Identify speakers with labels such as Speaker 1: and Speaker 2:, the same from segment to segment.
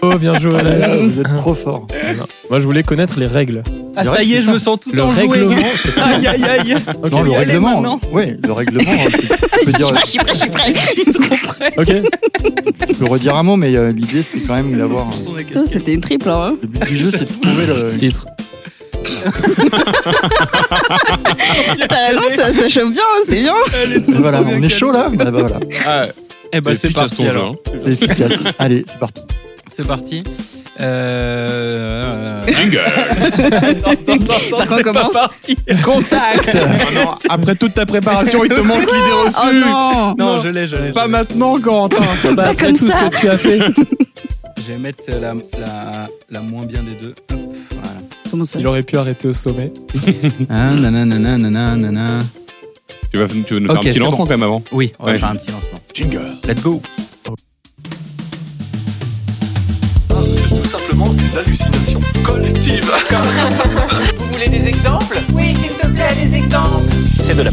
Speaker 1: Oh, bien joué, Alain.
Speaker 2: Euh,
Speaker 3: Voilà, Ah Vous êtes trop fort.
Speaker 1: Moi, je voulais connaître les règles.
Speaker 4: Ah,
Speaker 3: Le
Speaker 4: ça
Speaker 3: reste,
Speaker 4: y est,
Speaker 3: c'est
Speaker 4: je
Speaker 3: ça.
Speaker 4: me sens tout
Speaker 1: Le
Speaker 4: enjoué.
Speaker 1: règlement, c'est pas.
Speaker 4: Aïe, aïe, aïe.
Speaker 1: Ok.
Speaker 3: Non, le
Speaker 4: y aller
Speaker 3: règlement.
Speaker 4: maintenant.
Speaker 3: Oui, le règlement. hein, tu- tu peux dire-
Speaker 4: Je suis prêt, je suis prêt. Je suis trop prêt.
Speaker 1: Ok.
Speaker 3: Tu peux redire un mot, mais euh, l'idée, c'est quand même d'avoir. euh,
Speaker 5: Putain, c'était une triple. Hein.
Speaker 3: Le but du jeu, c'est de trouver le.
Speaker 1: Titre.
Speaker 5: T'as raison, ça, ça chauffe bien, hein, c'est bien.
Speaker 4: Elle est trop, trop
Speaker 3: Voilà,
Speaker 4: bien
Speaker 3: on est
Speaker 4: calée.
Speaker 3: chaud là Ah bah voilà,
Speaker 2: Ah,
Speaker 4: Eh ben, c'est
Speaker 2: efficace, ton
Speaker 4: parti
Speaker 2: jeu,
Speaker 4: alors.
Speaker 2: hein.
Speaker 3: c'est efficace. Allez, c'est parti.
Speaker 4: C'est parti. Euh...
Speaker 5: Par contre, commence.
Speaker 4: parti.
Speaker 3: Contact
Speaker 2: Ah non, Après toute ta préparation, il te manque l'idée
Speaker 5: Oh
Speaker 2: reçue.
Speaker 5: non
Speaker 4: Non, je l'ai, je l'ai.
Speaker 2: Pas
Speaker 4: je l'ai.
Speaker 2: maintenant, Corentin.
Speaker 4: Bah,
Speaker 5: Pas
Speaker 4: après
Speaker 5: comme
Speaker 4: tout
Speaker 5: ça.
Speaker 4: ce que tu as fait. je vais mettre la, la, la moins bien des deux. Hop, Voilà.
Speaker 5: Comment ça
Speaker 1: Il aurait pu arrêter au sommet.
Speaker 4: Ah, nanana, nanana, nanana.
Speaker 2: Tu vas, tu vas nous
Speaker 4: Ok,
Speaker 2: faire un
Speaker 4: c'est
Speaker 2: petit lancement quand même avant.
Speaker 4: Oui, on va
Speaker 2: Ouais.
Speaker 4: faire un petit lancement.
Speaker 2: Jingle.
Speaker 4: Let's go.
Speaker 6: C'est tout simplement une hallucination collective.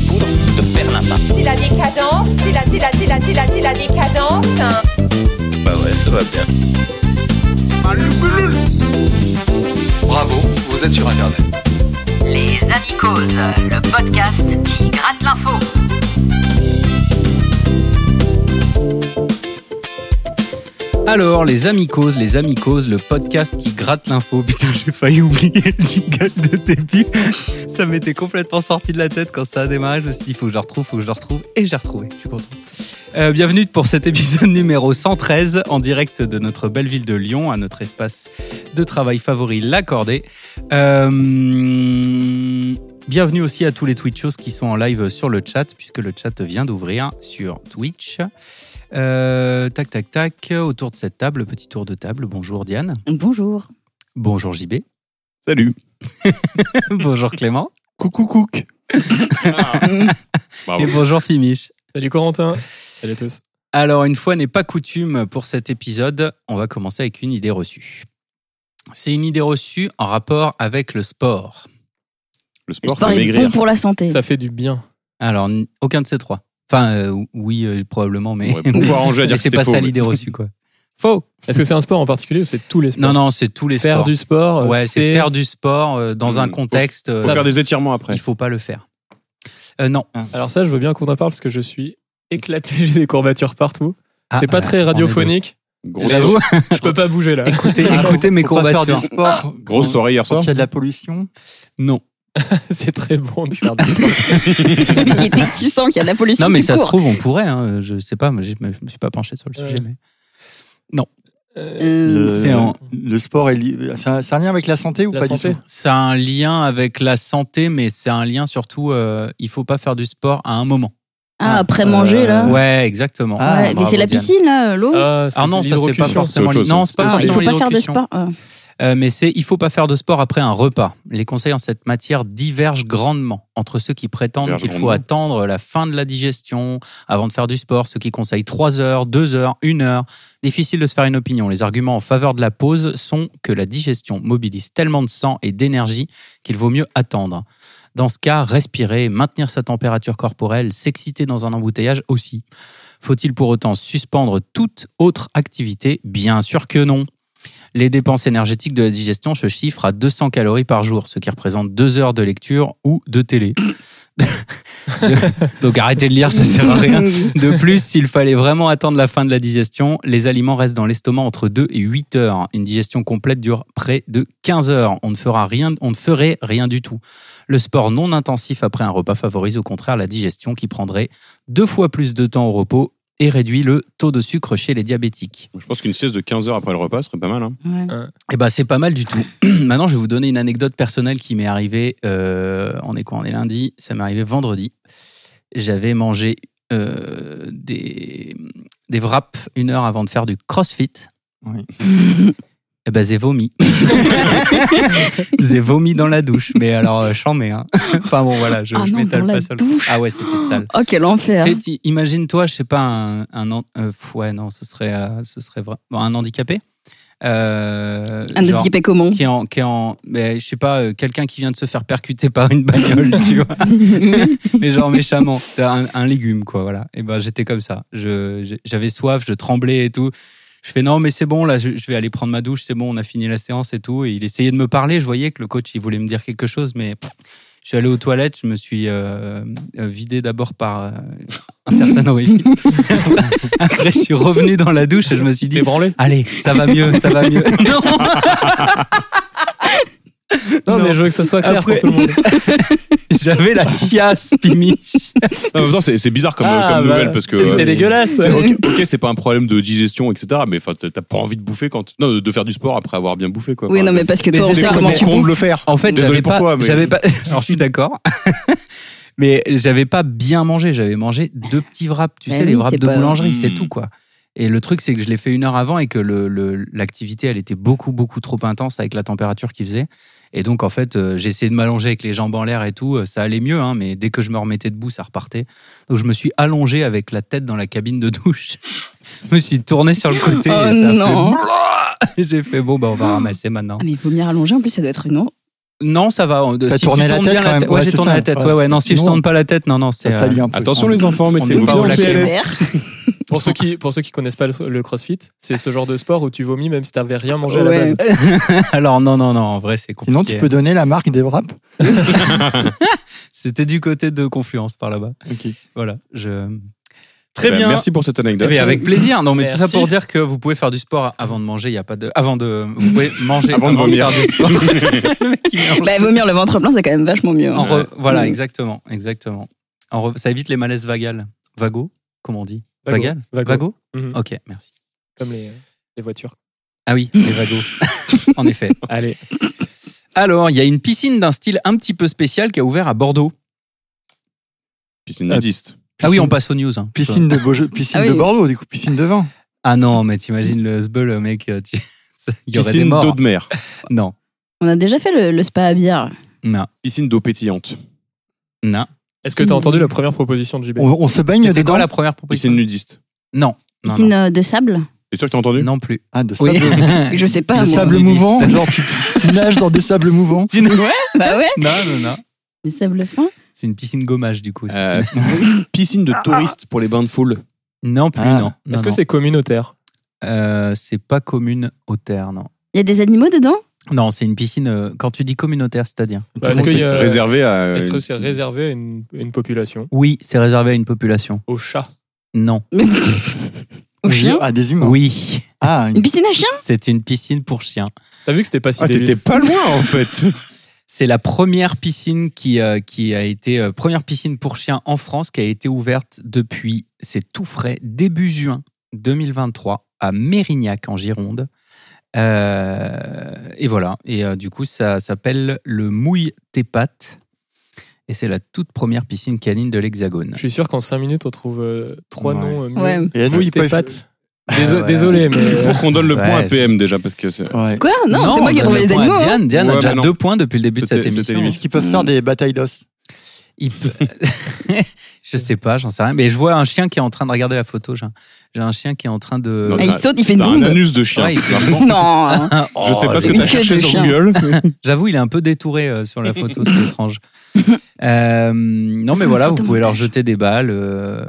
Speaker 7: Si la décadence, si la, si la, si la, si la, si la décadence. hein.
Speaker 6: Bravo, vous êtes sur Internet.
Speaker 8: Les Amicos, le podcast qui gratte l'info.
Speaker 4: Alors, les Amicos, les Amicos, le podcast qui gratte l'info. Putain, j'ai failli oublier le jingle de début. Ça m'était complètement sorti de la tête quand ça a démarré. Je me suis dit, faut que je le retrouve, faut que je le retrouve. Et j'ai retrouvé, je suis content. Euh, bienvenue pour cet épisode numéro 113 en direct de notre belle ville de Lyon, à notre espace de travail favori, l'accordé. Euh, bienvenue aussi à tous les Twitchos qui sont en live sur le chat, puisque le chat vient d'ouvrir sur Twitch. Euh, tac, tac, tac. Autour de cette table, petit tour de table. Bonjour Diane.
Speaker 5: Bonjour.
Speaker 4: Bonjour JB.
Speaker 2: Salut.
Speaker 4: bonjour Clément.
Speaker 3: Coucou, couc
Speaker 2: Bravo.
Speaker 4: Et bonjour Fimiche.
Speaker 1: Salut, Corentin. Salut à tous.
Speaker 4: Alors, une fois n'est pas coutume pour cet épisode, on va commencer avec une idée reçue. C'est une idée reçue en rapport avec le sport.
Speaker 2: Le
Speaker 5: Le
Speaker 2: sport
Speaker 5: sport
Speaker 2: fait
Speaker 5: est bon
Speaker 2: maigrir.
Speaker 5: pour la santé.
Speaker 1: Ça fait du bien.
Speaker 4: Alors, n- aucun de ces trois. Enfin, euh, oui, euh, probablement, mais,
Speaker 2: Ouais, pourquoi arranger à
Speaker 4: mais
Speaker 2: dire que
Speaker 4: c'est
Speaker 2: c'était
Speaker 4: pas
Speaker 2: faux
Speaker 4: ça
Speaker 2: mais-
Speaker 4: l'idée reçue, quoi. Faux.
Speaker 1: Est-ce que c'est un sport en particulier ou c'est tous les sports
Speaker 4: Non, non, c'est tous les
Speaker 1: Faire
Speaker 4: sports.
Speaker 1: du sport, euh,
Speaker 4: ouais, c'est
Speaker 1: c'est
Speaker 4: faire du sport euh, dans un
Speaker 2: Mmh.
Speaker 4: contexte. euh,
Speaker 2: Faut faire des étirements après.
Speaker 4: Il faut pas le faire. Euh, non.
Speaker 1: Alors ça, je veux bien qu'on en parle parce que je suis éclaté, j'ai des courbatures partout. c'est
Speaker 4: Ah,
Speaker 1: pas
Speaker 4: euh, on est
Speaker 1: très
Speaker 4: deux.
Speaker 1: radiophonique.
Speaker 2: Grosse,
Speaker 4: J'avoue.
Speaker 1: Je peux pas bouger là.
Speaker 4: Écoutez, écoutez mes
Speaker 3: Ah, Faut pas faire du
Speaker 4: courbatures.
Speaker 3: sport.
Speaker 2: grosse soirée hier
Speaker 3: Quand
Speaker 2: soir.
Speaker 3: il y a de la pollution,
Speaker 4: Non.
Speaker 1: c'est très bon de faire du sport.
Speaker 5: Dès que- dès que tu sens qu'il y a de la pollution,
Speaker 4: Non, mais
Speaker 5: tu
Speaker 4: ça se
Speaker 5: cours.
Speaker 4: trouve, on pourrait. hein, Je sais pas, mais je me je me suis pas penché sur le
Speaker 1: Ouais.
Speaker 4: sujet. mais-
Speaker 1: Euh,
Speaker 5: Euh,
Speaker 4: c'est
Speaker 3: le,
Speaker 4: en-
Speaker 3: le sport est lié. C'est un, c'est un lien avec la santé ou
Speaker 1: La
Speaker 3: pas
Speaker 1: santé.
Speaker 3: du tout
Speaker 4: Ça a un lien avec la santé, mais c'est un lien surtout. euh, il faut pas faire du sport à un moment.
Speaker 5: Ah, après
Speaker 3: Euh,
Speaker 5: manger, là. Ouais,
Speaker 4: Ouais, exactement.
Speaker 3: Ah,
Speaker 5: mais
Speaker 4: bravo,
Speaker 5: c'est la
Speaker 4: Diane.
Speaker 5: piscine, là, l'eau.
Speaker 1: Ah,
Speaker 4: Ah non, ça c'est pas
Speaker 1: l'hydrocution.
Speaker 4: forcément.
Speaker 2: C'est autre chose,
Speaker 4: Non,
Speaker 2: ça.
Speaker 4: c'est pas
Speaker 5: Ah,
Speaker 9: hein.
Speaker 5: il
Speaker 4: forcément.
Speaker 5: faut pas faire de
Speaker 4: l'hydrocution.
Speaker 5: sport. Ah.
Speaker 4: Euh, mais c'est il faut pas faire de sport après un repas. Les conseils en cette matière divergent grandement entre ceux qui prétendent
Speaker 2: Divergent
Speaker 4: qu'il faut
Speaker 2: grandement.
Speaker 4: attendre la fin de la digestion avant de faire du sport, ceux qui conseillent 3 heures, 2 heures, 1 heure. Difficile de se faire une opinion. Les arguments en faveur de la pause sont que la digestion mobilise tellement de sang et d'énergie qu'il vaut mieux attendre. Dans ce cas, respirer, maintenir sa température corporelle, s'exciter dans un embouteillage aussi. Faut-il pour autant suspendre toute autre activité Bien sûr que non. Les dépenses énergétiques de la digestion se chiffrent à 200 calories par jour, ce qui représente deux heures de lecture ou de télé. Donc arrêtez de lire, ça sert à rien. De plus, s'il fallait vraiment attendre la fin de la digestion, les aliments restent dans l'estomac entre 2 et 8 heures. Une digestion complète dure près de 15 heures. On ne, fera rien, on ne ferait rien du tout. Le sport non intensif après un repas favorise au contraire la digestion qui prendrait deux fois plus de temps au repos et réduit le taux de sucre chez les diabétiques.
Speaker 2: Je pense qu'une sieste de 15 heures après le repas serait pas mal. Hein.
Speaker 5: Ouais.
Speaker 4: Eh ben, c'est pas mal du tout. Maintenant, je vais vous donner une anecdote personnelle qui m'est arrivée. euh, on est quoi On est lundi. Ça m'est arrivé vendredi. J'avais mangé euh, des, des wraps une heure avant de faire du crossfit.
Speaker 3: Oui.
Speaker 4: Eh ben, j'ai vomi. j'ai vomi dans la douche. Mais alors, euh, j'en mets. Hein. enfin bon, voilà, je,
Speaker 5: Ah
Speaker 4: je
Speaker 5: non,
Speaker 4: m'étale
Speaker 5: dans
Speaker 4: pas
Speaker 5: la
Speaker 4: seul.
Speaker 5: douche.
Speaker 4: Ah ouais, c'était sale.
Speaker 5: Oh, quel enfer.
Speaker 4: Tu sais, ti- Imagine-toi, je sais pas, un, un an- euh, pff, ouais, non, ce serait, euh, ce serait vrai. Bon, un handicapé. Euh,
Speaker 5: Un
Speaker 4: genre-
Speaker 5: handicapé comment
Speaker 4: qui est en, qui est en mais, je sais pas, euh, quelqu'un qui vient de se faire percuter par une bagnole, tu vois. mais genre méchamment, c'est un, un légume, quoi, voilà. Et ben j'étais comme ça. Je- j'ai- J'avais soif, je tremblais et tout. Je fais non, mais c'est bon, là, je je vais aller prendre ma douche, c'est bon, on a fini la séance et tout. Et il essayait de me parler. Je voyais que le coach, il voulait me dire quelque chose, mais pff, je suis allé aux toilettes, je me suis euh, euh, vidé d'abord par euh, un certain orifice. Après, je suis revenu dans la douche et je me suis dit,
Speaker 1: T'es branlé
Speaker 4: allez, ça va mieux, ça va mieux. Non,
Speaker 1: non,
Speaker 4: Non.
Speaker 1: mais je veux que ce soit clair
Speaker 4: Après-
Speaker 1: pour tout le monde.
Speaker 4: j'avais la chiasse, Pimiche.
Speaker 2: Non, en même temps, c'est c'est bizarre comme,
Speaker 1: Ah,
Speaker 2: comme
Speaker 1: bah,
Speaker 2: nouvelle parce que.
Speaker 1: C'est
Speaker 2: euh,
Speaker 1: dégueulasse.
Speaker 2: c'est- Ok, ok, c'est pas un problème de digestion, etc. Mais enfin, t'as t'as pas envie de bouffer quand. Non, de- de faire du sport après avoir bien bouffé, quoi.
Speaker 5: Oui,
Speaker 2: Enfin,
Speaker 5: non, mais parce que
Speaker 4: Mais
Speaker 5: toi, on
Speaker 4: c'est
Speaker 5: sait
Speaker 4: ça,
Speaker 5: comment
Speaker 4: mais
Speaker 5: tu
Speaker 2: qu'on
Speaker 5: bouffes.
Speaker 2: le faire.
Speaker 4: En fait,
Speaker 2: Désolé
Speaker 4: j'avais
Speaker 2: pour
Speaker 4: pas,
Speaker 2: toi, mais-
Speaker 4: j'avais pas. Alors, je suis d'accord. mais j'avais pas bien mangé. J'avais mangé deux petits wraps, tu
Speaker 5: Mais
Speaker 4: sais, les
Speaker 5: Eh oui,
Speaker 4: wraps
Speaker 5: c'est
Speaker 4: de
Speaker 5: pas-
Speaker 4: boulangerie, c'est
Speaker 2: Mm.
Speaker 4: tout quoi. Et le truc, c'est que je l'ai fait une heure avant et que le- le- l'activité, elle était beaucoup, beaucoup trop intense avec la température qu'il faisait. Et donc, en fait, euh, j'ai essayé de m'allonger avec les jambes en l'air et tout. Euh, Ça allait mieux, hein, mais dès que je me remettais debout, ça repartait. Donc, je me suis allongé avec la tête dans la cabine de douche. je me suis tourné sur le
Speaker 5: Oh
Speaker 4: côté. et ça a fait
Speaker 5: non.
Speaker 4: Blah J'ai fait bon, bah, on va ramasser maintenant.
Speaker 5: Ah, mais vomir allongé, en plus, ça doit être une.
Speaker 4: Non, ça va. on-
Speaker 3: T'as
Speaker 4: si
Speaker 3: tourné
Speaker 4: tu
Speaker 3: la
Speaker 4: tournes
Speaker 3: tête
Speaker 4: bien
Speaker 3: quand même.
Speaker 4: Ouais,
Speaker 3: Ouais,
Speaker 4: j'ai
Speaker 3: c'est
Speaker 4: tourné
Speaker 3: ça.
Speaker 4: la tête.
Speaker 3: Ouais,
Speaker 4: Ouais, ouais. Non, si je
Speaker 3: sinon-
Speaker 4: tourne pas la tête, non, non, c'est.
Speaker 3: Ça
Speaker 4: euh,
Speaker 3: salit un peu.
Speaker 2: Attention les enfants,
Speaker 4: On est
Speaker 2: mettez-vous
Speaker 4: pas
Speaker 2: pas en
Speaker 4: en
Speaker 2: PLS.
Speaker 4: PLS.
Speaker 1: Pour ceux qui pour ceux qui connaissent pas le, le CrossFit, c'est ce genre de sport où tu vomis même si t'avais rien mangé à la
Speaker 5: Ouais.
Speaker 1: base.
Speaker 4: Alors non, non, non. En vrai, c'est compliqué.
Speaker 3: Sinon, tu peux donner la marque des wraps.
Speaker 4: C'était du côté de Confluence par là-bas.
Speaker 3: Ok.
Speaker 4: Voilà. Je. Très
Speaker 2: Ben,
Speaker 4: bien.
Speaker 2: Merci pour cette
Speaker 4: Eh
Speaker 2: anecdote.
Speaker 4: bien, avec plaisir. Non, mais tout ça
Speaker 1: Merci.
Speaker 4: pour dire que vous pouvez faire du sport avant de manger. Il y a pas de. Avant de. Vous pouvez manger
Speaker 2: Avant de vomir.
Speaker 4: faire du sport. Le mec, il mélange.
Speaker 5: Bah, vomir le ventre plein, c'est quand même vachement mieux. hein.
Speaker 4: En re- Voilà,
Speaker 5: Mm.
Speaker 4: exactement, exactement. En re- Ça évite les malaises vagales. Vago, comment on dit
Speaker 1: Vago.
Speaker 4: Vagal
Speaker 1: Vago.
Speaker 4: Vago.
Speaker 1: Mhm.
Speaker 4: Ok, merci.
Speaker 1: Comme les, les voitures.
Speaker 4: Ah oui, les vagos. en effet.
Speaker 1: Allez.
Speaker 4: Alors, il y a une piscine d'un style un petit peu spécial qui a ouvert à Bordeaux.
Speaker 2: Piscine nudiste.
Speaker 4: ah oui,
Speaker 3: Piscine-
Speaker 4: on passe aux news. hein.
Speaker 3: Piscine de, Beaujeu- piscine
Speaker 5: Ah oui.
Speaker 3: de Bordeaux, du coup, piscine de vin.
Speaker 4: Ah non, mais t'imagines le sbeul, le mec, euh, tu- il y aurait des
Speaker 2: Piscine d'eau
Speaker 4: morts.
Speaker 2: de mer.
Speaker 4: Non,
Speaker 5: On a déjà fait le, le spa à bière.
Speaker 4: non,
Speaker 2: Piscine d'eau pétillante.
Speaker 4: non.
Speaker 1: Est-ce que t'as entendu la première proposition de JB
Speaker 3: On, on se baigne
Speaker 4: C'était
Speaker 3: dedans.
Speaker 4: quoi la première
Speaker 2: Piscine
Speaker 4: proposition
Speaker 2: nudiste.
Speaker 4: Non, non,
Speaker 5: Piscine euh, de sable
Speaker 2: T'es sûr que t'as entendu
Speaker 4: non, non plus.
Speaker 3: Ah, de
Speaker 4: Oui.
Speaker 3: sable,
Speaker 5: Je sais pas.
Speaker 3: des
Speaker 5: moi.
Speaker 3: sables
Speaker 4: Nudiste.
Speaker 3: mouvants. Genre, tu, tu nages dans des sables mouvants.
Speaker 4: Piscine-
Speaker 5: Bah ouais,
Speaker 4: non, non, non.
Speaker 5: des sables fins.
Speaker 4: C'est une piscine gommage du coup. c'est
Speaker 2: Euh,
Speaker 4: une-
Speaker 2: piscine de touristes pour les bains de foule.
Speaker 4: Non plus,
Speaker 3: Ah.
Speaker 4: non.
Speaker 1: Est-ce
Speaker 4: non,
Speaker 1: que
Speaker 4: non.
Speaker 1: c'est communautaire
Speaker 4: Euh, c'est pas commune au terre, non.
Speaker 5: Il y a des animaux dedans
Speaker 4: Non, c'est une piscine. euh, quand tu dis communautaire, c'est-à-dire
Speaker 1: Bah, Est-ce
Speaker 2: Tout le
Speaker 1: qu'il y
Speaker 2: monde
Speaker 1: a-
Speaker 2: est réservé à
Speaker 1: Est-ce
Speaker 2: une-
Speaker 1: que c'est réservé à une, une population
Speaker 4: Oui, c'est réservé à une population.
Speaker 1: Aux chats
Speaker 4: Non.
Speaker 5: Aux chiens
Speaker 3: Ah, des humains.
Speaker 4: Oui,
Speaker 3: Ah,
Speaker 5: Une piscine à chiens
Speaker 4: c'est une piscine pour chiens.
Speaker 1: T'as vu que c'était pas si
Speaker 2: Ah, t'étais
Speaker 1: débile
Speaker 2: pas loin en fait.
Speaker 4: C'est la première piscine qui, euh, qui a été euh, première piscine pour chiens en France qui a été ouverte depuis, c'est tout frais, début juin 2023 à Mérignac en Gironde. Euh, et voilà. Et euh, du coup, ça s'appelle le Mouille tes pattes. Et c'est la toute première piscine canine de l'Hexagone.
Speaker 1: Je suis sûr qu'en 5 minutes on trouve euh, trois
Speaker 4: Ouais.
Speaker 1: noms euh, mieux.
Speaker 5: Ouais.
Speaker 3: Et est-ce
Speaker 1: Mouille
Speaker 3: qu'il
Speaker 1: tes
Speaker 3: peut-
Speaker 1: pattes.
Speaker 4: Ah
Speaker 1: Déso-
Speaker 4: ouais.
Speaker 1: Désolé, mais euh,
Speaker 2: Pour qu'on donne le point à
Speaker 4: Ouais,
Speaker 2: PM déjà parce que c'est-
Speaker 3: Ouais.
Speaker 5: Quoi Non, c'est moi qui ai
Speaker 4: on donne
Speaker 5: trouvé
Speaker 4: le
Speaker 5: les
Speaker 4: point
Speaker 5: animaux.
Speaker 4: à
Speaker 5: hein.
Speaker 4: Diane, Diane a
Speaker 2: Ouais,
Speaker 4: déjà
Speaker 2: mais non.
Speaker 4: deux points depuis le début de
Speaker 2: C'était-
Speaker 4: cette
Speaker 2: c'était
Speaker 4: émission.
Speaker 2: limite.
Speaker 3: Est-ce qu'ils peuvent faire
Speaker 5: Mm.
Speaker 3: des batailles d'os
Speaker 4: Il peut- je sais pas, j'en sais rien. Mais je vois un chien qui est en train de regarder la photo. J'ai un, j'ai un chien qui est en train de.
Speaker 2: Non,
Speaker 5: Ah, il saute, il fait une
Speaker 2: t'as un
Speaker 5: bombe.
Speaker 2: anus de chien.
Speaker 4: Ouais, il fait- Oh,
Speaker 2: clairement.
Speaker 5: Non, hein.
Speaker 2: Je sais pas ce Oh, que
Speaker 5: une
Speaker 2: t'as
Speaker 5: queue
Speaker 2: cherché
Speaker 5: de
Speaker 2: sur
Speaker 5: chien.
Speaker 2: Google.
Speaker 4: J'avoue, il est un peu détouré euh, sur la photo, c'est étrange. Euh, non,
Speaker 5: C'est
Speaker 4: mais
Speaker 5: un
Speaker 4: voilà, vous
Speaker 5: photomontage.
Speaker 4: pouvez leur jeter des balles. euh,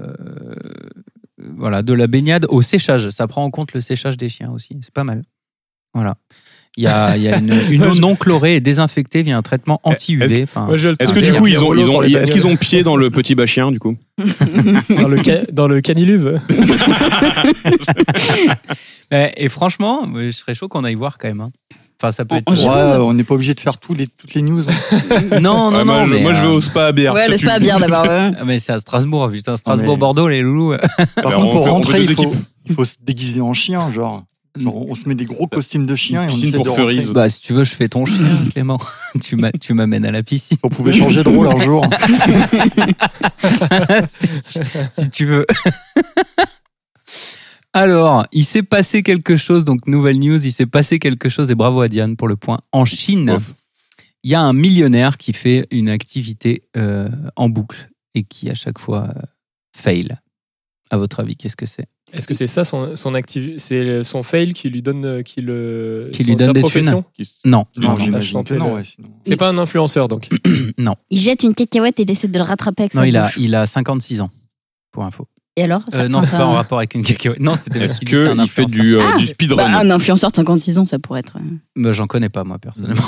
Speaker 4: voilà, de la baignade au séchage. Ça prend en compte le séchage des chiens aussi. C'est pas mal. Voilà. Il y a, il y a une, une eau non chlorée et désinfectée via un traitement anti-UV. enfin,
Speaker 1: moi, je le
Speaker 2: Eh, Est-ce que
Speaker 1: trouve
Speaker 2: du coup
Speaker 1: bien.
Speaker 2: ils ont, ils ont-
Speaker 1: Pour les
Speaker 2: est-ce qu'ils ont pied dans le petit bas chien du coup
Speaker 1: dans le, ca- dans le caniluve
Speaker 4: Euh, Et franchement, je serais chaud qu'on aille voir quand même. hein. Enfin, ça peut
Speaker 5: En-
Speaker 4: être.
Speaker 5: en
Speaker 3: Ouais,
Speaker 5: Gironde.
Speaker 3: on n'est pas obligé de faire tous les, toutes les news. hein.
Speaker 4: Non, non,
Speaker 2: Ouais,
Speaker 4: non.
Speaker 2: Moi, je,
Speaker 4: mais,
Speaker 2: moi, je vais
Speaker 4: euh,
Speaker 2: au spa à bière.
Speaker 5: Ouais, le
Speaker 2: Peut-être
Speaker 5: spa à
Speaker 2: tu-
Speaker 5: bière d'abord. hein. ouais.
Speaker 4: ah, mais c'est à Strasbourg, putain. Strasbourg,
Speaker 3: mais-
Speaker 4: Bordeaux, les loulous. euh.
Speaker 3: Par
Speaker 2: Alors,
Speaker 3: contre, pour
Speaker 2: on fait- on fait
Speaker 3: rentrer,
Speaker 2: deux
Speaker 3: il faut,
Speaker 2: équipes.
Speaker 3: il faut se déguiser en chien, genre.
Speaker 5: Mm.
Speaker 3: Genre, on se met des gros costumes de chien et on
Speaker 2: Piscine
Speaker 3: essaie
Speaker 2: pour
Speaker 3: de rentrer.
Speaker 2: Feurise.
Speaker 4: Bah, si tu veux, je fais ton chien, hein, Clément. tu m'a- tu m'amènes à la piscine.
Speaker 3: On pouvait changer de rôle un jour.
Speaker 4: si, tu, si tu veux. Alors, il s'est passé quelque chose, donc nouvelle news, il s'est passé quelque chose, et bravo à Diane pour le point. En Chine,
Speaker 2: Ouf.
Speaker 4: il y a un millionnaire qui fait une activité euh, en boucle et qui à chaque fois euh, fail. À votre avis, qu'est-ce que c'est
Speaker 1: Est-ce que c'est ça son, son activi- C'est son fail qui lui donne, euh, qui le,
Speaker 4: Qui
Speaker 1: son-
Speaker 4: lui donne
Speaker 1: sa
Speaker 4: des
Speaker 1: profession
Speaker 4: Non,
Speaker 3: Non,
Speaker 1: non,
Speaker 3: j'imagine que
Speaker 1: chanter
Speaker 3: non,
Speaker 1: le-
Speaker 3: ouais, sinon.
Speaker 1: C'est pas un influenceur donc.
Speaker 5: Il jette une cacahuète et il essaie de le rattraper avec
Speaker 4: non,
Speaker 5: sa
Speaker 4: il a,
Speaker 5: bouche.
Speaker 4: il a 56 ans, pour info.
Speaker 9: Et alors ça
Speaker 4: Euh, non,
Speaker 9: enfin,
Speaker 4: c'est
Speaker 9: ça-
Speaker 4: pas en rapport avec une cacahuète. Non, c'était parce
Speaker 2: Est-ce
Speaker 4: qu'il disait un
Speaker 2: qu'il fait
Speaker 4: influenceur.
Speaker 2: du, euh,
Speaker 9: Ah,
Speaker 2: du
Speaker 5: Bah,
Speaker 2: speedrun
Speaker 5: un influenceur de 56 ans, ça pourrait être. euh.
Speaker 4: Bah, J'en connais pas, moi, personnellement.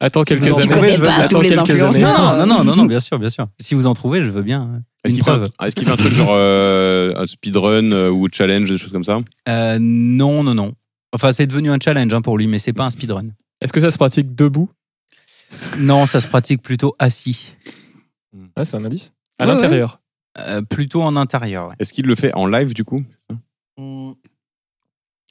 Speaker 1: Attends
Speaker 4: Si vous
Speaker 1: quelques
Speaker 4: en
Speaker 1: années.
Speaker 4: trouvez, je veux-
Speaker 1: Attends
Speaker 5: tous les
Speaker 1: quelques
Speaker 5: influenceurs.
Speaker 1: années.
Speaker 4: Non, non, non, non, non, bien sûr, bien sûr. Si vous en trouvez, je veux bien. euh,
Speaker 2: Est-ce
Speaker 4: Une
Speaker 2: qu'il fait un-
Speaker 4: preuve.
Speaker 2: ah, Est-ce qu'il fait un truc genre euh, un speedrun euh, ou challenge, des choses comme ça
Speaker 4: Euh, non, non, non. Enfin, c'est devenu un challenge hein, pour lui, mais c'est pas un speedrun.
Speaker 1: Est-ce que ça se pratique debout
Speaker 4: Non, ça se pratique plutôt assis.
Speaker 1: Ah, c'est un indice. À
Speaker 5: Ouais,
Speaker 1: l'intérieur.
Speaker 4: Euh, plutôt en intérieur. ouais.
Speaker 2: Est-ce qu'il le fait en live du coup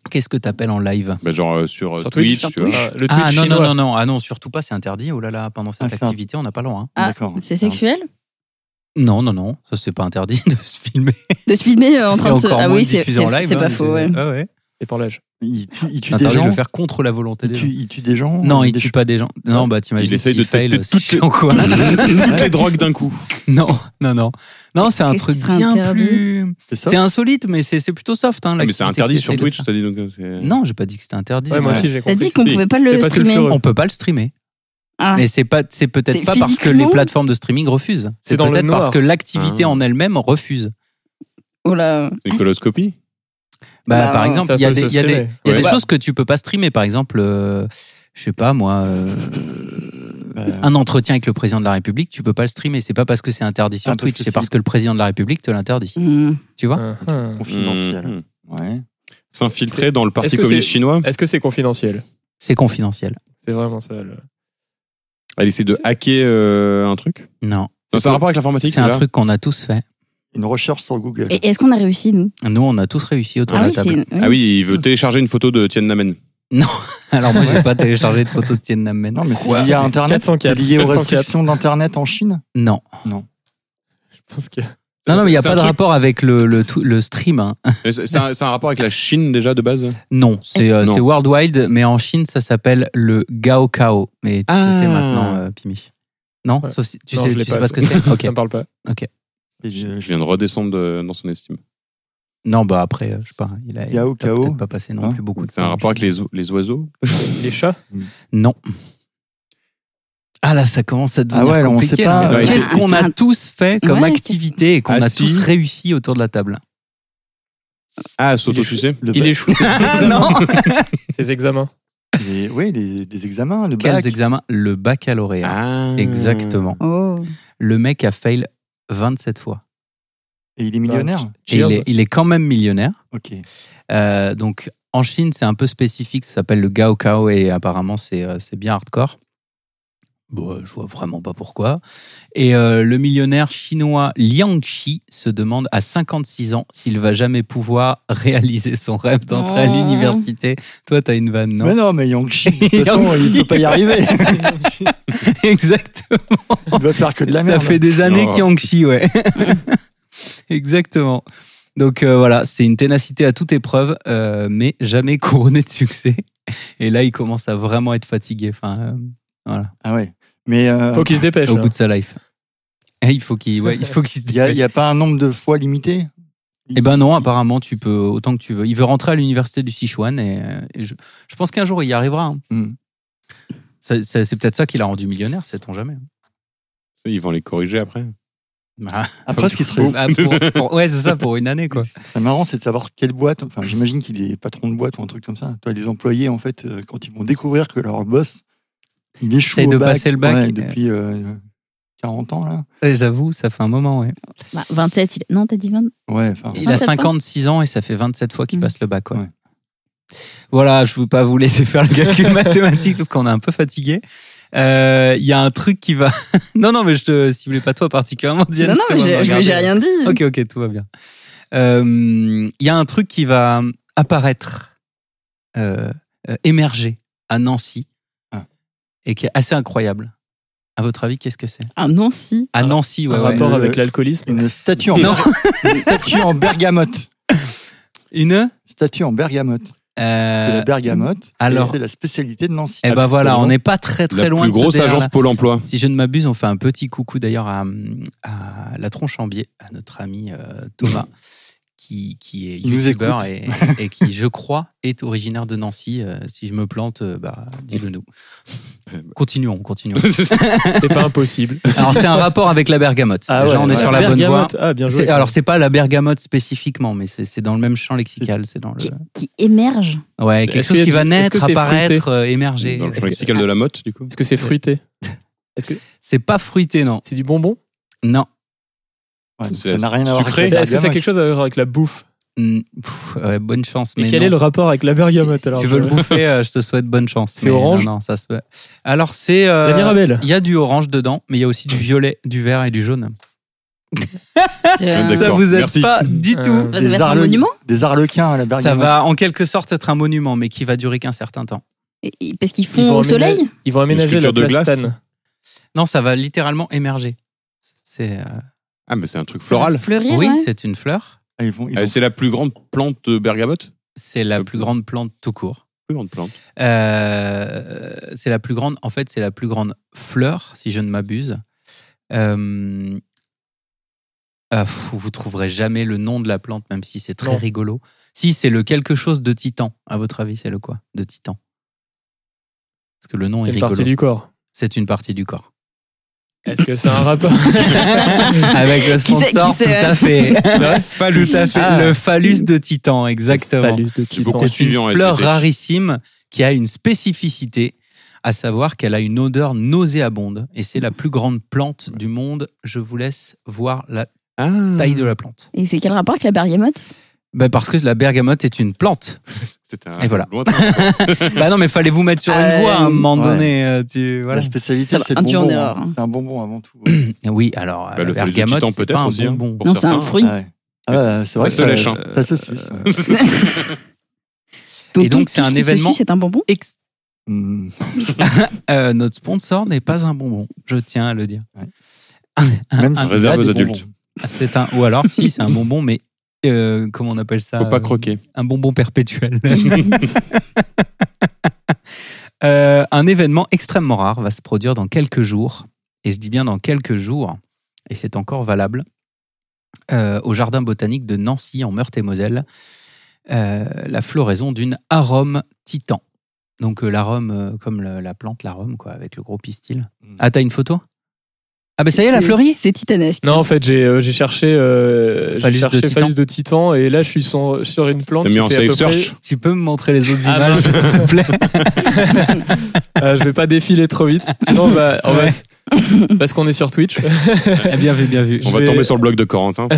Speaker 4: Qu'est-ce que t'appelles en live
Speaker 2: Bah, Genre euh, sur, euh,
Speaker 1: Sur Twitch,
Speaker 2: Twitch,
Speaker 5: sur
Speaker 2: tu vois.
Speaker 5: Twitch.
Speaker 1: Ah, le Twitch
Speaker 4: Ah non, non,
Speaker 1: chinois.
Speaker 4: non, non. Ah non, surtout pas, c'est interdit. Oh là là, pendant cette
Speaker 3: Ah, c'est un-
Speaker 4: activité, on n'a pas le droit. hein.
Speaker 5: Ah,
Speaker 3: D'accord.
Speaker 5: C'est sexuel
Speaker 4: Non, non, non. Ça, c'est pas interdit de se filmer.
Speaker 5: De se filmer euh, en train
Speaker 4: Et
Speaker 5: de se.
Speaker 4: encore
Speaker 5: Ah
Speaker 4: moins
Speaker 5: oui,
Speaker 4: de
Speaker 5: c'est
Speaker 4: diffuser en live,
Speaker 5: c'est
Speaker 4: hein,
Speaker 5: pas
Speaker 4: mais
Speaker 5: faux, ouais.
Speaker 4: Ah ouais.
Speaker 1: Et par l'âge.
Speaker 3: Il tue, il tue des
Speaker 4: Interdit de
Speaker 3: gens.
Speaker 4: le faire contre la volonté
Speaker 3: Il
Speaker 4: des gens.
Speaker 3: tue, il tue des gens.
Speaker 4: Non,
Speaker 3: euh,
Speaker 4: il
Speaker 3: des
Speaker 4: tue pas des gens. Non, bah t'imagines.
Speaker 2: Il essaye
Speaker 4: s'il
Speaker 2: de tester
Speaker 4: fail, c'est
Speaker 2: toutes les-
Speaker 4: chiant, quoi.
Speaker 2: euh, Toutes les drogues d'un coup.
Speaker 4: non, non, non. Non, c'est un
Speaker 5: Qu'est-ce
Speaker 4: truc
Speaker 5: qui serait
Speaker 4: bien
Speaker 5: interdit
Speaker 4: plus.
Speaker 3: C'est ça
Speaker 4: C'est insolite, mais c'est c'est plutôt soft. Hein,
Speaker 2: Ah, mais c'est
Speaker 4: l'activité
Speaker 2: interdit
Speaker 4: qu'il
Speaker 2: sur
Speaker 4: essaye de
Speaker 2: Twitch,
Speaker 4: faire.
Speaker 2: t'as dit donc. euh, c'est-
Speaker 4: Non, j'ai pas dit que c'était interdit.
Speaker 1: Ouais, moi
Speaker 4: Ouais.
Speaker 1: aussi, j'ai
Speaker 5: T'as
Speaker 1: compris.
Speaker 5: dit qu'on
Speaker 2: Oui.
Speaker 5: pouvait pas
Speaker 1: C'est
Speaker 5: le
Speaker 1: pas
Speaker 5: streamer.
Speaker 1: sulfureux.
Speaker 4: On peut pas le streamer.
Speaker 5: Ah.
Speaker 4: Mais c'est pas, c'est peut-être
Speaker 5: C'est
Speaker 4: pas parce que les
Speaker 5: physiquement
Speaker 4: plateformes de streaming refusent.
Speaker 1: C'est dans le
Speaker 4: peut-être
Speaker 1: noir.
Speaker 4: parce que l'activité
Speaker 2: Ah.
Speaker 4: en elle-même refuse.
Speaker 5: Oh là.
Speaker 2: C'est une coloscopie
Speaker 4: Bah,
Speaker 5: Bah,
Speaker 4: par
Speaker 5: ouais.
Speaker 4: exemple,
Speaker 1: Ça
Speaker 4: il y a
Speaker 1: peut
Speaker 4: des,
Speaker 1: se
Speaker 4: il y a des-
Speaker 1: streamer.
Speaker 4: il y a des
Speaker 2: Ouais.
Speaker 4: choses que tu peux pas streamer. Par exemple, euh, je sais pas moi, euh,
Speaker 3: Bah,
Speaker 4: un entretien avec le président de la République, tu peux pas le streamer. C'est pas parce que c'est interdit sur
Speaker 3: Ah, parce
Speaker 4: Twitch,
Speaker 3: que
Speaker 4: c'est
Speaker 3: si.
Speaker 4: parce que le président de la République te l'interdit.
Speaker 5: Hmm.
Speaker 4: Tu vois
Speaker 1: Ah, ah.
Speaker 3: Confidentiel.
Speaker 2: Mmh, mmh.
Speaker 3: Ouais.
Speaker 2: S'infiltrer dans le
Speaker 1: Est-ce
Speaker 2: Parti
Speaker 1: que
Speaker 2: communiste
Speaker 1: c'est-
Speaker 2: chinois.
Speaker 1: Est-ce que c'est confidentiel
Speaker 4: C'est confidentiel.
Speaker 1: C'est vraiment ça. le-
Speaker 2: Elle essaie de
Speaker 1: C'est-
Speaker 2: hacker euh, un truc.
Speaker 4: Non,
Speaker 2: Non, c'est un rapport avec l'informatique.
Speaker 4: c'est un
Speaker 2: déjà
Speaker 4: truc qu'on a tous fait.
Speaker 3: Une recherche sur Google.
Speaker 5: Et est-ce qu'on a réussi, nous
Speaker 4: Nous, on a tous réussi autour
Speaker 5: Ah
Speaker 4: de
Speaker 5: oui,
Speaker 4: la
Speaker 5: c'est.
Speaker 4: table.
Speaker 2: Ah oui, il veut télécharger une photo de Tiananmen.
Speaker 4: Alors moi, j'ai pas téléchargé de photos de Tiananmen.
Speaker 3: Non, mais
Speaker 1: Ouais.
Speaker 3: c'est lié à Internet.
Speaker 1: 404,
Speaker 3: C'est lié aux
Speaker 1: 404.
Speaker 3: restrictions d'Internet en Chine.
Speaker 4: Non,
Speaker 1: Je pense que.
Speaker 4: non, non, mais il y a
Speaker 2: C'est
Speaker 4: pas
Speaker 2: un
Speaker 4: de
Speaker 2: truc-
Speaker 4: rapport avec le le, tou- le stream. hein.
Speaker 2: Mais C'est c'est un, c'est un rapport avec la Chine déjà de base.
Speaker 4: Non, c'est euh,
Speaker 2: Non.
Speaker 4: c'est worldwide, mais en Chine, ça s'appelle le Gao Kao. Mais tu
Speaker 2: Ah.
Speaker 4: le sais maintenant, euh, Pimi. Non,
Speaker 1: Ouais.
Speaker 4: Sauf si- tu
Speaker 1: Non,
Speaker 4: sais,
Speaker 1: je l'ai
Speaker 4: tu sais
Speaker 1: pas,
Speaker 4: pas ce que c'est. Ok.
Speaker 1: Ça me parle pas.
Speaker 3: Et euh, je-
Speaker 2: Je viens de redescendre de- dans son estime.
Speaker 4: Non, bah après, euh, je sais pas. Il a, il a
Speaker 3: Gao Kao.
Speaker 4: peut-être pas passé non
Speaker 3: Hein
Speaker 4: plus beaucoup. de
Speaker 2: C'est un
Speaker 4: temps.
Speaker 2: rapport avec les, o- les oiseaux.
Speaker 1: Les chats
Speaker 4: Non. Ah là, ça commence à devenir
Speaker 3: Ah ouais, on
Speaker 4: compliqué.
Speaker 3: sait pas,
Speaker 4: là.
Speaker 2: euh,
Speaker 4: Qu'est-ce
Speaker 5: c'est-
Speaker 4: qu'on
Speaker 5: c'est
Speaker 4: a
Speaker 5: un-
Speaker 4: tous fait comme
Speaker 5: Ouais,
Speaker 4: activité et qu'on a
Speaker 2: Assis.
Speaker 4: tous réussi autour de la table
Speaker 2: Ah, s'auto-sucer.
Speaker 3: le
Speaker 1: Il
Speaker 3: bac-
Speaker 1: échoue ses
Speaker 4: Ah,
Speaker 1: examens. Ses examens.
Speaker 3: les- oui, les- des examens, le bac.
Speaker 4: Quels examens Le baccalauréat.
Speaker 2: Ah.
Speaker 4: Exactement.
Speaker 5: Oh.
Speaker 4: Le mec a fail 27 fois.
Speaker 3: Et il est millionnaire.
Speaker 4: Et
Speaker 1: Cheers.
Speaker 4: il est- il est quand même millionnaire.
Speaker 3: Ok.
Speaker 4: Euh, donc en Chine, c'est un peu spécifique, ça s'appelle le Gao Kao et apparemment c'est euh, c'est bien hardcore. Bon, euh, je vois vraiment pas pourquoi. Et euh, le millionnaire chinois Liang Qi se demande à 56 ans s'il va jamais pouvoir réaliser son rêve d'entrer à
Speaker 5: Oh.
Speaker 4: l'université. Toi, t'as une vanne,
Speaker 3: Mais
Speaker 4: non
Speaker 3: non, mais Yangchi, de toute façon,
Speaker 4: Yang Chi.
Speaker 3: il peut pas y arriver.
Speaker 4: Exact.
Speaker 3: Il va faire que de la
Speaker 4: Ça
Speaker 3: merde.
Speaker 4: fait des années
Speaker 2: Oh.
Speaker 4: que Yang Qi, ouais. Exactement. Donc euh, voilà, c'est une ténacité à toute épreuve, euh, mais jamais couronnée de succès. Et là, il commence à vraiment être fatigué. Enfin, euh, voilà,
Speaker 3: Ah ouais. Mais euh,
Speaker 1: Faut qu'ils se dépêchent.
Speaker 4: au
Speaker 1: hein.
Speaker 4: bout de sa life. Et il faut qu'il, ouais, il faut qu'il se
Speaker 3: il y a,
Speaker 4: dépêche.
Speaker 3: il y a pas un nombre de fois limité.
Speaker 4: Eh ben non, apparemment, tu peux autant que tu veux. Il veut rentrer à l'université du Sichuan et, euh, et je, je pense qu'un jour il y arrivera. hein.
Speaker 3: Hmm.
Speaker 4: Ça- ça- C'est peut-être ça qui l'a rendu millionnaire, sait-on jamais. hein.
Speaker 2: Ils vont les corriger après.
Speaker 4: Ah,
Speaker 3: Après, ce qui serait,
Speaker 4: ah, pour- pour- ouais, c'est ça, pour une année quoi.
Speaker 3: ce qui serait marrant, c'est de savoir quelle boîte. Enfin, j'imagine qu'il est patron de boîte ou un truc comme ça. Toi, les employés, en fait, euh, quand ils vont découvrir que leur boss, il échoue
Speaker 4: Essaye
Speaker 3: au
Speaker 4: de
Speaker 3: bac,
Speaker 4: passer le bac.
Speaker 3: ouais, depuis euh, 40 ans là.
Speaker 4: Ouais, J'avoue, ça fait un moment, ouais.
Speaker 9: Bah, 27, il... non, t'as dit 20
Speaker 3: Ouais. Enfin,
Speaker 4: Il
Speaker 5: Ah,
Speaker 4: a
Speaker 9: 27 fois.
Speaker 4: 56 ans et ça fait 27 fois qu'il
Speaker 9: Mm.
Speaker 4: passe le bac. ouais.
Speaker 3: Ouais.
Speaker 4: Voilà, je ne veux pas vous laisser faire le calcul mathématique parce qu'on est un peu fatigué. Euh, Il y a un truc qui va. non, non, mais je te ciblais pas toi particulièrement, Diane.
Speaker 5: Non, non,
Speaker 4: je te
Speaker 5: mais
Speaker 4: vois me
Speaker 5: j'ai- mais
Speaker 4: regarder.
Speaker 5: j'ai rien dit.
Speaker 4: Ok, ok, tout va bien. Euh, Il y a un truc qui va apparaître, euh, euh, émerger à Nancy
Speaker 3: Ah.
Speaker 4: et qui est assez incroyable. À votre avis, qu'est-ce que c'est
Speaker 5: Ah non, si.
Speaker 4: À Nancy, ouais,
Speaker 1: Un
Speaker 4: ouais.
Speaker 1: rapport
Speaker 3: Le-
Speaker 1: avec l'alcoolisme.
Speaker 3: une statue en,
Speaker 4: Non.
Speaker 3: une statue en bergamote.
Speaker 4: Une.
Speaker 3: Statue en bergamote.
Speaker 4: Euh,
Speaker 3: De la bergamote,
Speaker 4: alors-
Speaker 3: c'est la spécialité de Nancy.
Speaker 4: Eh ben
Speaker 2: Absolument.
Speaker 4: voilà, on n'est pas très très
Speaker 2: la
Speaker 4: loin
Speaker 2: plus
Speaker 4: de ce
Speaker 2: grosse
Speaker 4: DR -là.
Speaker 2: agence Pôle emploi.
Speaker 4: Si je ne m'abuse, on fait un petit coucou d'ailleurs à, à la tronche en biais, à notre ami euh, Thomas, qui, qui est
Speaker 3: Il nous
Speaker 4: youtubeur et, et qui, je crois, est originaire de Nancy. Euh, si je me plante, euh, bah, dis-le nous. Continuons, continuons.
Speaker 1: C'est pas impossible.
Speaker 4: Alors, c'est un rapport avec la bergamote.
Speaker 3: Ah
Speaker 4: Déjà,
Speaker 3: ouais,
Speaker 4: on est
Speaker 3: ouais.
Speaker 4: sur la bonne voie.
Speaker 1: Bergamote. Ah, bien
Speaker 4: C'est-
Speaker 1: joué.
Speaker 4: Alors, c'est pas la bergamote spécifiquement, mais c'est c'est dans le même champ lexical. C'est dans
Speaker 9: qui,
Speaker 4: le.
Speaker 9: qui émerge.
Speaker 4: Ouais,
Speaker 1: Est-ce
Speaker 4: quelque
Speaker 1: qu'il y
Speaker 4: chose
Speaker 1: a
Speaker 4: qui
Speaker 1: du-
Speaker 4: va
Speaker 1: est-ce que
Speaker 4: naître,
Speaker 1: c'est
Speaker 4: apparaître,
Speaker 1: fruité
Speaker 4: euh, émerger.
Speaker 2: Dans le champ
Speaker 1: Est-ce que-
Speaker 2: lexical de la motte, du coup.
Speaker 1: Est-ce que c'est fruité Est-ce que
Speaker 4: C'est pas fruité, non.
Speaker 1: c'est du bonbon
Speaker 4: Non.
Speaker 3: Ouais,
Speaker 2: C'est
Speaker 3: ça n'a rien à voir
Speaker 2: sucré.
Speaker 3: avec
Speaker 1: Est-ce
Speaker 3: la
Speaker 1: que ça a
Speaker 3: bergamote.
Speaker 1: quelque chose à voir avec la bouffe
Speaker 4: Mm, pff, ouais, bonne chance.
Speaker 1: Et
Speaker 4: mais
Speaker 1: quel
Speaker 4: non.
Speaker 1: est le rapport avec la bergamote
Speaker 4: Si- si
Speaker 1: alors
Speaker 4: tu veux le bouffer, euh, je te souhaite bonne chance.
Speaker 1: C'est
Speaker 4: Mais
Speaker 1: orange
Speaker 4: non, non, ça se... Alors, c'est. euh,
Speaker 1: La Mirabelle.
Speaker 4: Il y a du orange dedans, mais il y a aussi du violet, du vert et du jaune.
Speaker 9: C'est, euh,
Speaker 2: D'accord,
Speaker 4: Ça vous aide
Speaker 2: merci.
Speaker 4: pas du
Speaker 1: Euh,
Speaker 4: tout.
Speaker 9: Ça va
Speaker 3: Des
Speaker 9: être un
Speaker 3: harle-
Speaker 9: monument
Speaker 3: Des harlequins à la
Speaker 4: Ça
Speaker 3: bergamote.
Speaker 4: va en quelque sorte être un monument, mais qui va durer qu'un certain temps.
Speaker 9: et- et- Parce qu'ils
Speaker 1: Ils vont
Speaker 9: font au
Speaker 1: emménager-
Speaker 9: soleil
Speaker 1: Ils vont aménager
Speaker 2: Une
Speaker 1: la
Speaker 2: sculpture de
Speaker 1: place
Speaker 2: glace
Speaker 1: Stan.
Speaker 4: Non, ça va littéralement émerger. C'est euh,
Speaker 2: Ah, mais c'est un truc floral.
Speaker 9: Fleurir,
Speaker 4: oui,
Speaker 9: ouais.
Speaker 4: c'est une fleur.
Speaker 3: Ah, Ils vont, ils
Speaker 2: Ah,
Speaker 3: vont-
Speaker 2: C'est la plus grande plante de bergamote
Speaker 4: C'est la
Speaker 2: Le
Speaker 4: plus
Speaker 2: plus-
Speaker 4: grande plante tout court.
Speaker 2: Plus grande plante.
Speaker 4: Euh, c'est la plus grande. En fait, c'est la plus grande fleur, si je ne m'abuse. Euh, euh, pff, vous trouverez jamais le nom de la plante, même si c'est très
Speaker 1: Non.
Speaker 4: rigolo. Si c'est le quelque chose de titan, à votre avis, c'est le quoi de titan Parce que le nom est,
Speaker 1: C'est une
Speaker 4: rigolo.
Speaker 1: partie du corps.
Speaker 4: C'est une partie du corps.
Speaker 1: Est-ce que c'est un rapport
Speaker 4: Avec le
Speaker 9: Qui c'est- qui
Speaker 4: sponsor,
Speaker 9: c'est,
Speaker 4: tout
Speaker 9: euh,
Speaker 4: à fait.
Speaker 2: Phallus.
Speaker 4: Tout à fait.
Speaker 1: Ah.
Speaker 4: Le phallus de Titan, exactement.
Speaker 1: Phallus de titan.
Speaker 2: beaucoup
Speaker 4: C'est une
Speaker 2: suivi en
Speaker 4: fleur
Speaker 2: SVT.
Speaker 4: rarissime qui a une spécificité, à savoir qu'elle a une odeur nauséabonde. Et c'est la plus grande plante du monde. Je vous laisse voir la
Speaker 2: Ah.
Speaker 4: taille de la
Speaker 3: Hmm.
Speaker 4: plante.
Speaker 9: Et c'est quel rapport avec la bergamote
Speaker 4: Bah parce que la bergamote est une plante.
Speaker 2: C'était un
Speaker 4: Et voilà.
Speaker 2: lointain.
Speaker 4: bah non, mais fallait vous mettre sur une
Speaker 9: Euh,
Speaker 4: voie à un moment
Speaker 3: ouais.
Speaker 4: donné. euh, tu- voilà.
Speaker 3: La spécialité,
Speaker 9: Ça va,
Speaker 3: c'est le
Speaker 9: un tueur en
Speaker 3: bonbon.
Speaker 9: erreur,
Speaker 3: hein.
Speaker 9: hein.
Speaker 3: C'est un bonbon avant tout.
Speaker 4: Oui, alors euh,
Speaker 2: Bah,
Speaker 4: la
Speaker 2: le phallus de
Speaker 4: bergamote,
Speaker 2: Titan
Speaker 4: c'est pas
Speaker 2: peut-être
Speaker 4: un
Speaker 2: aussi. hein,
Speaker 4: bonbon.
Speaker 2: pour
Speaker 9: Non, c'est un
Speaker 2: certains.
Speaker 9: fruit.
Speaker 3: Ah ouais. Ah ouais, c'est vrai que
Speaker 2: ça se
Speaker 3: ça,
Speaker 2: lèche, hein.
Speaker 3: ça se suce. ouais.
Speaker 4: Et donc,
Speaker 9: tout
Speaker 4: c'est
Speaker 9: ce
Speaker 4: un
Speaker 9: qui se
Speaker 4: événement-
Speaker 9: suit, C'est un bonbon
Speaker 4: Ex-
Speaker 3: Mm.
Speaker 4: euh, notre sponsor n'est pas un bonbon, je tiens à le dire.
Speaker 3: Même si ça
Speaker 2: réserve
Speaker 3: a
Speaker 2: aux
Speaker 3: des
Speaker 2: adultes.
Speaker 3: bonbons.
Speaker 4: Ah, C'est un ou alors si c'est un bonbon mais euh, comment on appelle ça
Speaker 2: Faut pas
Speaker 4: euh,
Speaker 2: croquer.
Speaker 4: un bonbon perpétuel. Euh, un événement extrêmement rare va se produire dans quelques jours, et je dis bien dans quelques jours, et c'est encore valable, euh, au Jardin botanique de Nancy en Meurthe-et-Moselle, euh, la floraison d'une arôme titan. Donc euh, l'arôme, euh, comme le- la plante, l'arôme, quoi, avec le gros pistil.
Speaker 3: Mm.
Speaker 4: Ah, t'as une photo Ah, bah ça y est, la fleurie
Speaker 9: C'est titanesque.
Speaker 1: Non, en fait, j'ai euh, j'ai cherché, euh, j'ai
Speaker 4: Phallus
Speaker 1: cherché
Speaker 4: de titan.
Speaker 1: Phallus de titan et là, je suis sur, sur une plante
Speaker 2: T'as mis
Speaker 1: qui
Speaker 2: en
Speaker 1: fait à peu
Speaker 2: safe
Speaker 1: près
Speaker 2: search.
Speaker 4: Tu peux me montrer les autres
Speaker 1: Ah,
Speaker 4: images,
Speaker 1: mince.
Speaker 4: s'il te plaît
Speaker 1: Euh, je vais pas défiler trop vite, sinon on va- on va
Speaker 4: Ouais.
Speaker 1: s- parce qu'on est sur Twitch.
Speaker 4: Eh, Bien vu, bien vu.
Speaker 2: On
Speaker 1: Je
Speaker 2: va
Speaker 1: vais-
Speaker 2: tomber sur le blog de Corentin.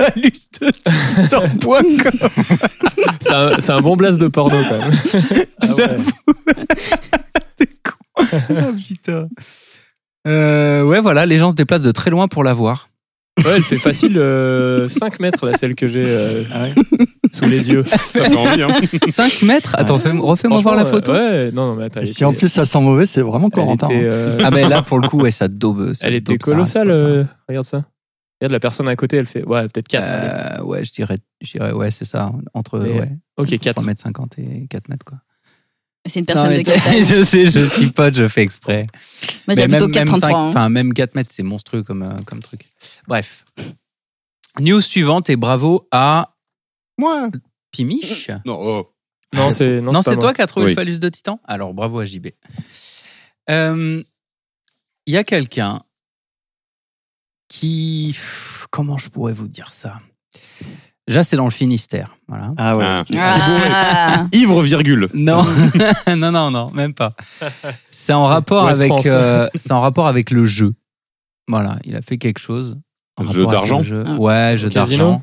Speaker 4: Phallus.com.
Speaker 1: C'est un, c'est un bon blast de porno quand même.
Speaker 3: Ah ouais.
Speaker 4: Ah, putain. Euh, ouais, voilà, les gens se déplacent de très loin pour la voir.
Speaker 1: Ouais, elle fait facile 5 mètres là, celle que j'ai euh,
Speaker 3: Ah ouais.
Speaker 1: sous les yeux.
Speaker 2: Ça fait envie, hein.
Speaker 4: 5 mètres Attends, fais- refais-moi voir la
Speaker 1: Franchement,
Speaker 4: photo.
Speaker 1: euh, Ouais, non, non, mais attends.
Speaker 3: Et
Speaker 1: elle
Speaker 3: si en
Speaker 1: était-
Speaker 3: plus ça sent mauvais, c'est vraiment
Speaker 1: elle
Speaker 3: Corentin.
Speaker 1: était,
Speaker 3: hein.
Speaker 1: euh,
Speaker 4: Ah, ben là, pour le coup, ouais, ça daube. ça
Speaker 1: elle était
Speaker 4: daube, ça
Speaker 1: colossale.
Speaker 4: rase,
Speaker 1: euh, regarde ça. Regarde la personne à côté, elle fait ouais, peut-être 4.
Speaker 4: Euh, ouais, je dirais, je dirais, ouais, c'est ça. Entre
Speaker 1: Et-
Speaker 4: ouais,
Speaker 1: ok, 4.
Speaker 4: 3 mètres 50 et 4 mètres, quoi.
Speaker 9: C'est une personne
Speaker 4: Non, mais
Speaker 9: de quelle taille
Speaker 4: je sais, je suis pote, je fais exprès.
Speaker 9: Moi, j'ai
Speaker 4: Mais
Speaker 9: plutôt
Speaker 4: même, même
Speaker 9: 4,33.
Speaker 4: cinq-
Speaker 9: hein.
Speaker 4: Enfin, même 4 mètres, c'est monstrueux comme, euh, comme truc. Bref. News suivante et bravo à
Speaker 2: Moi.
Speaker 4: Pimiche.
Speaker 2: Non, oh.
Speaker 1: Non, c'est non,
Speaker 4: Non,
Speaker 1: pas
Speaker 4: c'est
Speaker 1: moi.
Speaker 4: toi qui as trouvé
Speaker 2: Oui.
Speaker 4: le phallus de Titan Alors, bravo à JB. Euh, Il y a quelqu'un qui... Pff, Comment je pourrais vous dire ça Déjà, c'est dans le Finistère. Voilà.
Speaker 3: Ah ouais.
Speaker 2: Ah.
Speaker 9: Ah.
Speaker 2: Ivre, virgule.
Speaker 4: Non, non, non, non, même pas. C'est en
Speaker 1: C'est
Speaker 4: rapport
Speaker 1: West
Speaker 4: avec,
Speaker 1: France.
Speaker 4: euh, c'est en rapport avec le jeu. Voilà, il a fait quelque chose. en
Speaker 2: Jeu
Speaker 4: rapport avec
Speaker 2: d'argent
Speaker 4: le jeu.
Speaker 9: Ah.
Speaker 4: Ouais, jeu
Speaker 1: Casino
Speaker 4: d'argent.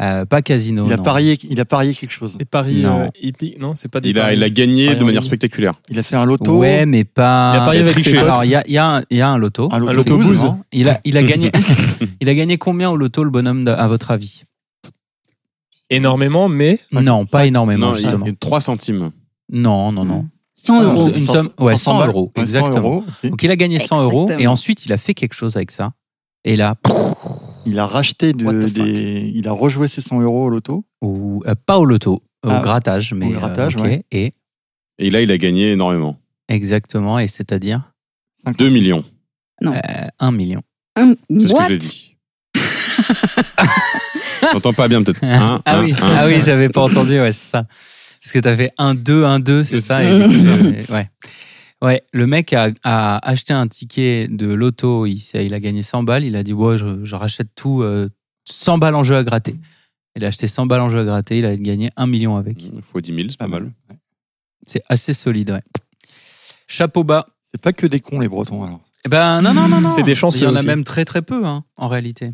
Speaker 4: Euh, pas casino.
Speaker 3: Il a
Speaker 4: non.
Speaker 3: parié, il a parié quelque chose.
Speaker 1: Des paris
Speaker 4: Non.
Speaker 1: euh, hippiques. Non, c'est pas des
Speaker 2: Il a,
Speaker 1: paris.
Speaker 2: il a
Speaker 1: Paris
Speaker 2: gagné de
Speaker 1: en
Speaker 2: manière
Speaker 1: ligne.
Speaker 2: spectaculaire.
Speaker 3: Il a fait un loto.
Speaker 4: Ouais, mais pas.
Speaker 1: Il a parié
Speaker 2: Il a
Speaker 1: avec ses
Speaker 2: triché.
Speaker 1: potes.
Speaker 4: Alors, il y a, il y a un- il y a un loto.
Speaker 3: Un
Speaker 1: loto
Speaker 3: bouse,
Speaker 1: bouse.
Speaker 3: hein.
Speaker 4: Il a, il a gagné. il a gagné combien au loto le bonhomme de- à votre avis
Speaker 1: Énormément, mais
Speaker 4: Non, pas énormément
Speaker 2: non, il
Speaker 4: justement.
Speaker 2: il- 3 centimes.
Speaker 4: Non, non, non.
Speaker 9: 100
Speaker 3: Ah,
Speaker 9: euros.
Speaker 4: Une somme- ouais, 100
Speaker 3: balles.
Speaker 4: euros,
Speaker 3: Ouais, 100
Speaker 4: exactement.
Speaker 3: euros, ok.
Speaker 4: Donc il a gagné 100 euros et
Speaker 9: Exactement.
Speaker 4: ensuite il a fait quelque chose avec ça. Et là,
Speaker 3: Il a racheté de-
Speaker 4: What the fuck.
Speaker 3: des. Il a rejoué ses 100 euros au loto.
Speaker 4: ou euh, pas au loto, au
Speaker 3: Ah,
Speaker 4: grattage, mais euh,
Speaker 3: grattage,
Speaker 4: ok.
Speaker 3: ouais.
Speaker 4: Et
Speaker 2: Et là, il a gagné énormément.
Speaker 4: exactement, et c'est-à-dire
Speaker 3: 50.
Speaker 2: 2 millions.
Speaker 4: euh, 1 million.
Speaker 9: Un-
Speaker 2: C'est ce que
Speaker 9: What
Speaker 2: j'ai dit. J'entends pas bien peut-être. Un,
Speaker 4: Ah
Speaker 2: un,
Speaker 4: oui,
Speaker 2: un.
Speaker 4: ah oui, j'avais pas entendu, ouais, c'est ça. Parce que t'as fait 1, 2, 1, 2, c'est ça. et- ouais. ouais, le mec a, a acheté un ticket de loto, il, s'est- il a gagné 100 balles, il a dit, ouais, je, je rachète tout, euh, 100 balles en jeu à gratter. Il a acheté 100 balles en jeu à gratter, il a gagné 1 million avec.
Speaker 2: Faut 10 000, c'est
Speaker 4: Ah
Speaker 2: pas mal.
Speaker 4: C'est assez solide, ouais. Chapeau bas.
Speaker 3: C'est pas que des cons, les Bretons, alors.
Speaker 4: Eh ben non, non, non, non.
Speaker 1: C'est des
Speaker 4: Il y
Speaker 1: chanceux
Speaker 4: en a
Speaker 1: aussi.
Speaker 4: même très très peu, hein, en réalité.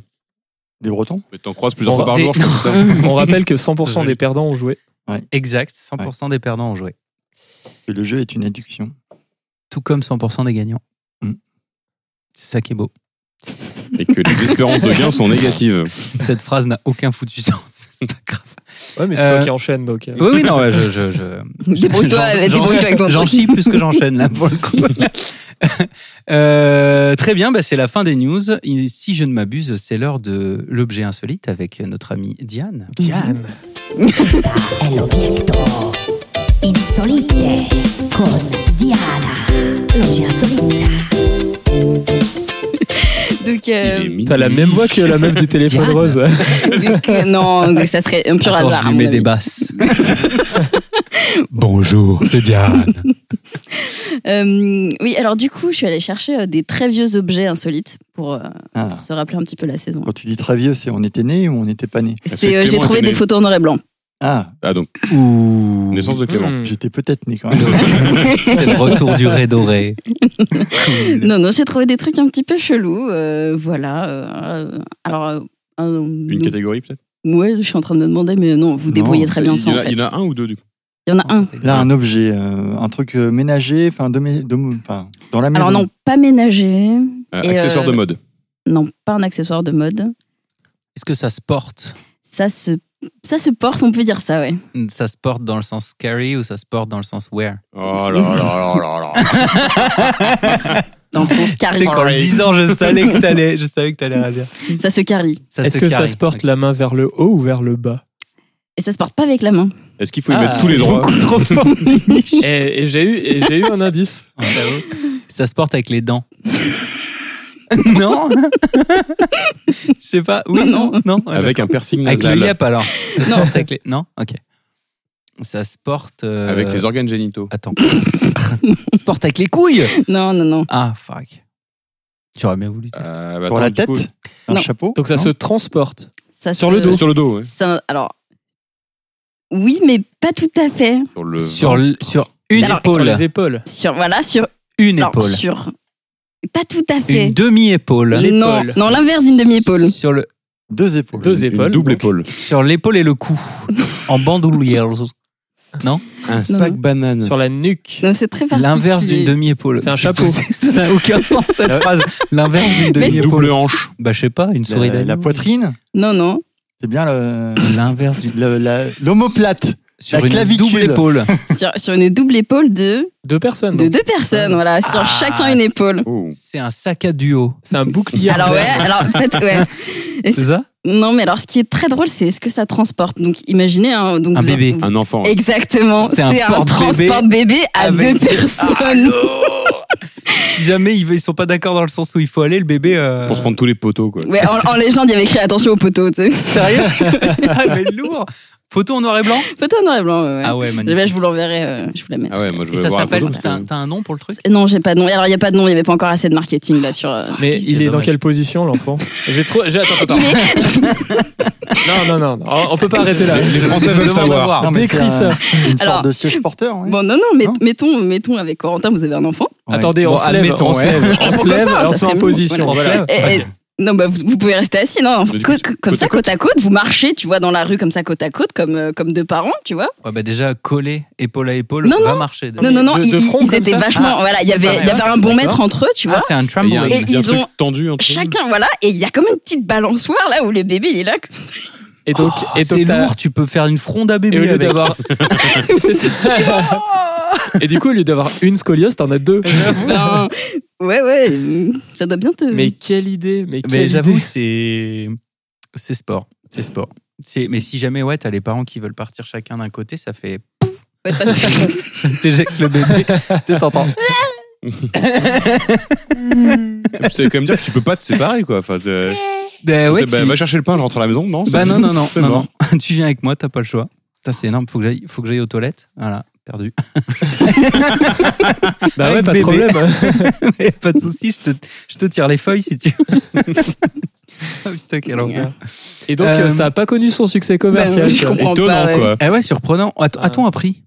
Speaker 3: Des Bretons
Speaker 2: Mais t'en croises plusieurs
Speaker 1: On
Speaker 2: fois par
Speaker 4: va-
Speaker 2: jour.
Speaker 4: Des-
Speaker 2: je trouve ça.
Speaker 1: On rappelle que 100% des perdants ont joué.
Speaker 4: Exact, 100% des perdants ont joué.
Speaker 3: Que le jeu est une addiction.
Speaker 4: Tout comme 100% des gagnants.
Speaker 3: Mm.
Speaker 4: C'est ça qui est beau.
Speaker 2: Et que les espérances de gain sont négatives.
Speaker 4: Cette phrase n'a aucun foutu sens, mais c'est pas grave.
Speaker 1: Ouais, mais c'est
Speaker 4: Euh,
Speaker 1: toi qui enchaîne donc. euh.
Speaker 4: Oui, oui, non, ouais, je. je, je-
Speaker 5: Débrouille-toi
Speaker 4: j'en-
Speaker 5: avec-
Speaker 4: j'en-
Speaker 5: débrouille-toi avec ton
Speaker 4: J'en
Speaker 5: truc.
Speaker 4: chie plus que j'enchaîne, là, pour le coup. Euh, très bien, bah, c'est la fin des news. Et si je ne m'abuse, c'est l'heure de l'objet insolite avec notre amie Diane. Mmh.
Speaker 1: Diane.
Speaker 10: El objeto insolite con Diana. L'objet insolite.
Speaker 9: Donc,
Speaker 2: Il
Speaker 9: euh,
Speaker 2: est minuit.
Speaker 1: T'as la même voix que la meuf du téléphone
Speaker 4: Diane.
Speaker 1: rose.
Speaker 5: Donc, euh, non, donc ça serait un pur
Speaker 4: Attends,
Speaker 5: hasard.
Speaker 4: je
Speaker 5: à
Speaker 4: lui
Speaker 5: mon
Speaker 4: mets
Speaker 9: hein,
Speaker 5: avis.
Speaker 4: des basses. Bonjour, c'est Diane.
Speaker 9: euh, oui, alors du coup, je suis allée chercher euh, des très vieux objets insolites pour euh,
Speaker 3: Ah.
Speaker 9: se rappeler un petit peu la saison.
Speaker 3: Quand tu dis très vieux, c'est on était né ou on n'était pas né
Speaker 2: Parce
Speaker 9: C'est,
Speaker 2: que
Speaker 9: euh, J'ai
Speaker 2: Clément
Speaker 9: trouvé
Speaker 2: était
Speaker 9: des
Speaker 2: né.
Speaker 9: photos en noir et blanc.
Speaker 3: Ah,
Speaker 2: Ah, donc,
Speaker 4: Ouh.
Speaker 2: naissance de
Speaker 9: Mm.
Speaker 2: Clément.
Speaker 1: Hmm.
Speaker 3: j'étais peut-être né quand même.
Speaker 4: C'est le retour du raid doré.
Speaker 9: Non, non, j'ai trouvé des trucs un petit peu chelous. euh, voilà. euh, alors, euh, un-
Speaker 2: Une catégorie peut-être
Speaker 9: ouais, je suis en train de me demander, mais non, vous
Speaker 3: Non,
Speaker 9: débrouillez très bien
Speaker 2: il, y
Speaker 9: sans.
Speaker 2: en
Speaker 9: En
Speaker 2: a-
Speaker 9: fait.
Speaker 2: il y en a un ou deux du coup.
Speaker 9: Il y en a un.
Speaker 3: Là, un objet, euh, un truc euh, ménager, enfin, de, mé- de- enfin, dans la maison.
Speaker 9: Alors non, pas ménager.
Speaker 2: Euh,
Speaker 9: Et,
Speaker 2: accessoire
Speaker 9: euh,
Speaker 2: de mode.
Speaker 9: Non, pas un accessoire de mode.
Speaker 4: Est-ce que ça se porte
Speaker 9: Ça se, ça se porte, on peut dire ça, ouais.
Speaker 4: Ça se porte dans le sens carry ou ça se porte dans le sens wear
Speaker 2: Oh là là là là là.
Speaker 9: Dans le sens carré.
Speaker 4: C'est qu'en le disant, je savais que t'allais, je savais que t'allais la dire.
Speaker 9: Ça se carrie.
Speaker 4: Ça
Speaker 1: Est-ce
Speaker 4: se
Speaker 1: que ça
Speaker 4: carry.
Speaker 1: se porte la main vers le haut ou vers le bas
Speaker 9: Et ça se porte pas avec la main.
Speaker 2: Est-ce qu'il faut y
Speaker 1: Ah,
Speaker 2: mettre tous les droits
Speaker 4: Beaucoup trop fort, Mimi.
Speaker 1: Et, et j'ai eu, et j'ai eu un indice.
Speaker 4: Ça se porte avec les dents. non Je sais pas. Oui, non, non.
Speaker 2: Avec un piercing
Speaker 4: Avec
Speaker 2: nasal.
Speaker 4: le yep alors. Ça se porte avec les- Non Ok. Ça se porte. euh,
Speaker 2: Avec les organes génitaux.
Speaker 4: Attends. ça se porte avec les couilles
Speaker 9: Non, non, non.
Speaker 4: Ah, fuck. J'aurais bien voulu tester.
Speaker 2: Euh, bah,
Speaker 3: Pour
Speaker 2: attends,
Speaker 3: la
Speaker 2: du
Speaker 3: tête
Speaker 2: coup-
Speaker 3: Un
Speaker 9: Non.
Speaker 3: chapeau
Speaker 1: Donc ça
Speaker 3: non
Speaker 1: se transporte.
Speaker 9: Ça
Speaker 1: Sur
Speaker 9: se-
Speaker 1: le dos.
Speaker 2: Sur le dos, ouais.
Speaker 9: ça- alors, oui, mais pas tout à fait.
Speaker 2: Sur le.
Speaker 4: sur, l- sur une
Speaker 9: Alors,
Speaker 1: Ah, Sur
Speaker 4: épaule.
Speaker 1: les épaules.
Speaker 9: Sur, voilà, sur
Speaker 4: Une
Speaker 9: non,
Speaker 4: épaule.
Speaker 9: sur, pas tout à fait.
Speaker 4: Une demi-épaule.
Speaker 9: non,
Speaker 1: l'épaule.
Speaker 9: non, l'inverse d'une demi-épaule.
Speaker 4: Sur le
Speaker 3: Deux épaules.
Speaker 1: Deux
Speaker 2: Une
Speaker 1: épaules.
Speaker 2: double
Speaker 1: donc.
Speaker 2: épaule.
Speaker 4: sur l'épaule et le cou. en bandoulière.
Speaker 2: Un
Speaker 9: sac non.
Speaker 2: banane.
Speaker 1: Sur la nuque.
Speaker 9: Non, c'est très particulier.
Speaker 4: L'inverse d'une demi-épaule.
Speaker 1: C'est un chapeau.
Speaker 4: ça n'a aucun sens cette phrase. L'inverse d'une
Speaker 9: Mais
Speaker 2: Une
Speaker 9: c'est-
Speaker 2: Euh. double
Speaker 4: demi-épaule.
Speaker 2: hanche.
Speaker 4: Bah je sais pas, une souris
Speaker 3: La, la
Speaker 4: d'agneau.
Speaker 3: poitrine,
Speaker 9: Non, non.
Speaker 3: c'est bien le-
Speaker 4: L'inverse d'une
Speaker 3: le- la- l'omoplate.
Speaker 4: sur
Speaker 3: La
Speaker 4: une
Speaker 3: clavicule.
Speaker 4: double épaule.
Speaker 9: Sur, sur une double épaule de,
Speaker 1: Deux personnes. hein.
Speaker 9: de
Speaker 1: donc.
Speaker 9: deux personnes, voilà. Sur
Speaker 4: Ah,
Speaker 9: chacun une
Speaker 4: c'est-
Speaker 9: épaule.
Speaker 2: Oh.
Speaker 4: C'est un sac à duo.
Speaker 1: C'est un bouclier.
Speaker 9: Alors ouais,
Speaker 1: vert.
Speaker 9: alors peut-être ouais. Et
Speaker 4: C'est ça
Speaker 9: Non, mais alors, ce qui est très drôle, c'est ce que ça transporte. Donc, imaginez. hein, donc
Speaker 4: Un
Speaker 9: vous-
Speaker 4: bébé.
Speaker 9: vous-
Speaker 2: Un enfant. ouais.
Speaker 9: Exactement.
Speaker 4: C'est
Speaker 9: C'est
Speaker 4: un
Speaker 9: un,
Speaker 4: porte-bébé
Speaker 9: transport de bébé à
Speaker 4: avec-
Speaker 9: deux personnes.
Speaker 4: Si jamais ils, ils sont pas d'accord dans le sens où il faut aller, le bébé. euh,
Speaker 2: Pour se prendre tous les poteaux, quoi.
Speaker 9: Ouais, en, en légende, il y avait écrit attention au poteau. Tu sais.
Speaker 4: Sérieux Ah mais lourd. Photo en noir et blanc.
Speaker 9: Poteau en noir et blanc. ouais, ouais.
Speaker 4: Ah ouais,
Speaker 9: Eh
Speaker 4: magnifique.
Speaker 9: ben, je vous l'enverrai. euh, je vous la mets.
Speaker 2: Ah ouais, moi je
Speaker 4: Et
Speaker 2: veux
Speaker 4: ça
Speaker 2: voir la
Speaker 4: s'appelle.
Speaker 2: photo.
Speaker 9: photo,
Speaker 4: T'as
Speaker 2: parce
Speaker 4: un,
Speaker 2: que-
Speaker 4: t'as un nom pour le truc
Speaker 9: Non, j'ai pas de nom. Alors, il n'y a pas de nom. Il n'y avait pas encore assez de marketing là sur. euh,
Speaker 1: Mais
Speaker 4: C'est
Speaker 1: il est dans
Speaker 4: dommage.
Speaker 1: quelle position l'enfant J'ai trop. j'ai- Attends, attends. attends. non, non, non. non. On peut pas arrêter là.
Speaker 2: Les Français veulent
Speaker 4: demande à
Speaker 2: savoir.
Speaker 4: voir.
Speaker 3: Non, mais
Speaker 1: Ah. Décris
Speaker 3: c'est
Speaker 1: ça.
Speaker 3: un- Une
Speaker 9: Alors-
Speaker 3: sorte de siège porteur. ouais.
Speaker 9: Bon, non, non, mais
Speaker 3: Non.
Speaker 9: mettons, mettons avec Corentin, vous avez un enfant.
Speaker 3: Ouais.
Speaker 1: Attendez,
Speaker 4: Bon,
Speaker 1: on se lève.
Speaker 4: admettons,
Speaker 1: On se
Speaker 4: ouais.
Speaker 1: lève. On se
Speaker 9: Pourquoi
Speaker 1: lève
Speaker 9: pas,
Speaker 1: et on
Speaker 9: ça
Speaker 1: se met
Speaker 9: fait
Speaker 1: en
Speaker 9: mieux.
Speaker 1: position.
Speaker 4: Voilà.
Speaker 1: Voilà.
Speaker 9: Et- et- Eh, non, bah, vous, vous pouvez rester assis, non.
Speaker 2: Mais du
Speaker 9: co-
Speaker 2: coup,
Speaker 9: co- comme
Speaker 2: côte
Speaker 9: ça,
Speaker 2: à
Speaker 9: côte à côte, vous marchez, tu vois, dans la rue, comme ça, côte à côte, comme, euh, comme deux parents, tu vois.
Speaker 4: Ouais, bah déjà, coller épaule à épaule,
Speaker 9: Non,
Speaker 4: va marcher. déjà.
Speaker 9: Non, non, non,
Speaker 1: de-
Speaker 9: ils,
Speaker 1: de front,
Speaker 9: ils
Speaker 1: comme
Speaker 9: étaient
Speaker 1: ça
Speaker 9: vachement.
Speaker 4: Ah.
Speaker 9: voilà, il y avait, il y avait un bon mètre entre eux, tu
Speaker 4: Ah,
Speaker 9: vois.
Speaker 4: c'est un
Speaker 2: Et il y a un-
Speaker 4: trampoline.
Speaker 2: il y a un
Speaker 9: ils
Speaker 2: truc
Speaker 9: ont-
Speaker 2: tendu entre eux.
Speaker 9: Chacun, voilà, et il y a comme une petite balançoire là où le bébé il est là.
Speaker 1: Et donc,
Speaker 4: Oh,
Speaker 1: et donc,
Speaker 4: c'est
Speaker 2: Tota-
Speaker 1: t'as-
Speaker 4: lourd, tu peux faire une fronde à
Speaker 1: Et au
Speaker 4: bébé
Speaker 1: lieu
Speaker 4: avec.
Speaker 1: d'avoir. C'est ça. Et du coup, au lieu d'avoir une scoliose, t'en as deux.
Speaker 9: Ben, ouais, ouais, euh, ça doit bien te.
Speaker 1: Mais quelle idée Mais,
Speaker 4: Mais
Speaker 1: quelle
Speaker 4: j'avoue,
Speaker 1: idée
Speaker 4: c'est c'est sport, c'est sport. C'est mais si jamais ouais, t'as les parents qui veulent partir chacun d'un côté, ça fait
Speaker 9: Ouais, pas de-
Speaker 4: t'éjectes le bébé, tu sais, t'entends.
Speaker 2: Et puis, Ça veut quand même dire que tu peux pas te séparer, quoi. Enfin, t'es-
Speaker 4: Ben ouais,
Speaker 2: C'est, bah,
Speaker 4: tu-
Speaker 2: va chercher le pain, je rentre à la maison, non
Speaker 4: Bah
Speaker 2: c'est-
Speaker 4: non, non, non,
Speaker 2: c'est
Speaker 4: non,
Speaker 2: mort.
Speaker 4: non. tu viens avec moi, t'as pas le choix. Putain, c'est énorme, faut que j'aille, faut que j'aille aux toilettes. Voilà, perdu.
Speaker 1: Bah ouais,
Speaker 4: Avec
Speaker 1: pas de
Speaker 4: bébé.
Speaker 1: problème.
Speaker 4: Mais pas de souci, je te, je te tire les feuilles si tu. ah putain, quel enfer.
Speaker 1: Et donc,
Speaker 4: Euh,
Speaker 1: euh, ça a pas connu son succès commercial.
Speaker 9: Bah, je
Speaker 1: quoi.
Speaker 9: comprends pas, ouais.
Speaker 2: quoi.
Speaker 4: Eh ouais, surprenant. A-t-
Speaker 1: Ah.
Speaker 4: A-t-on appris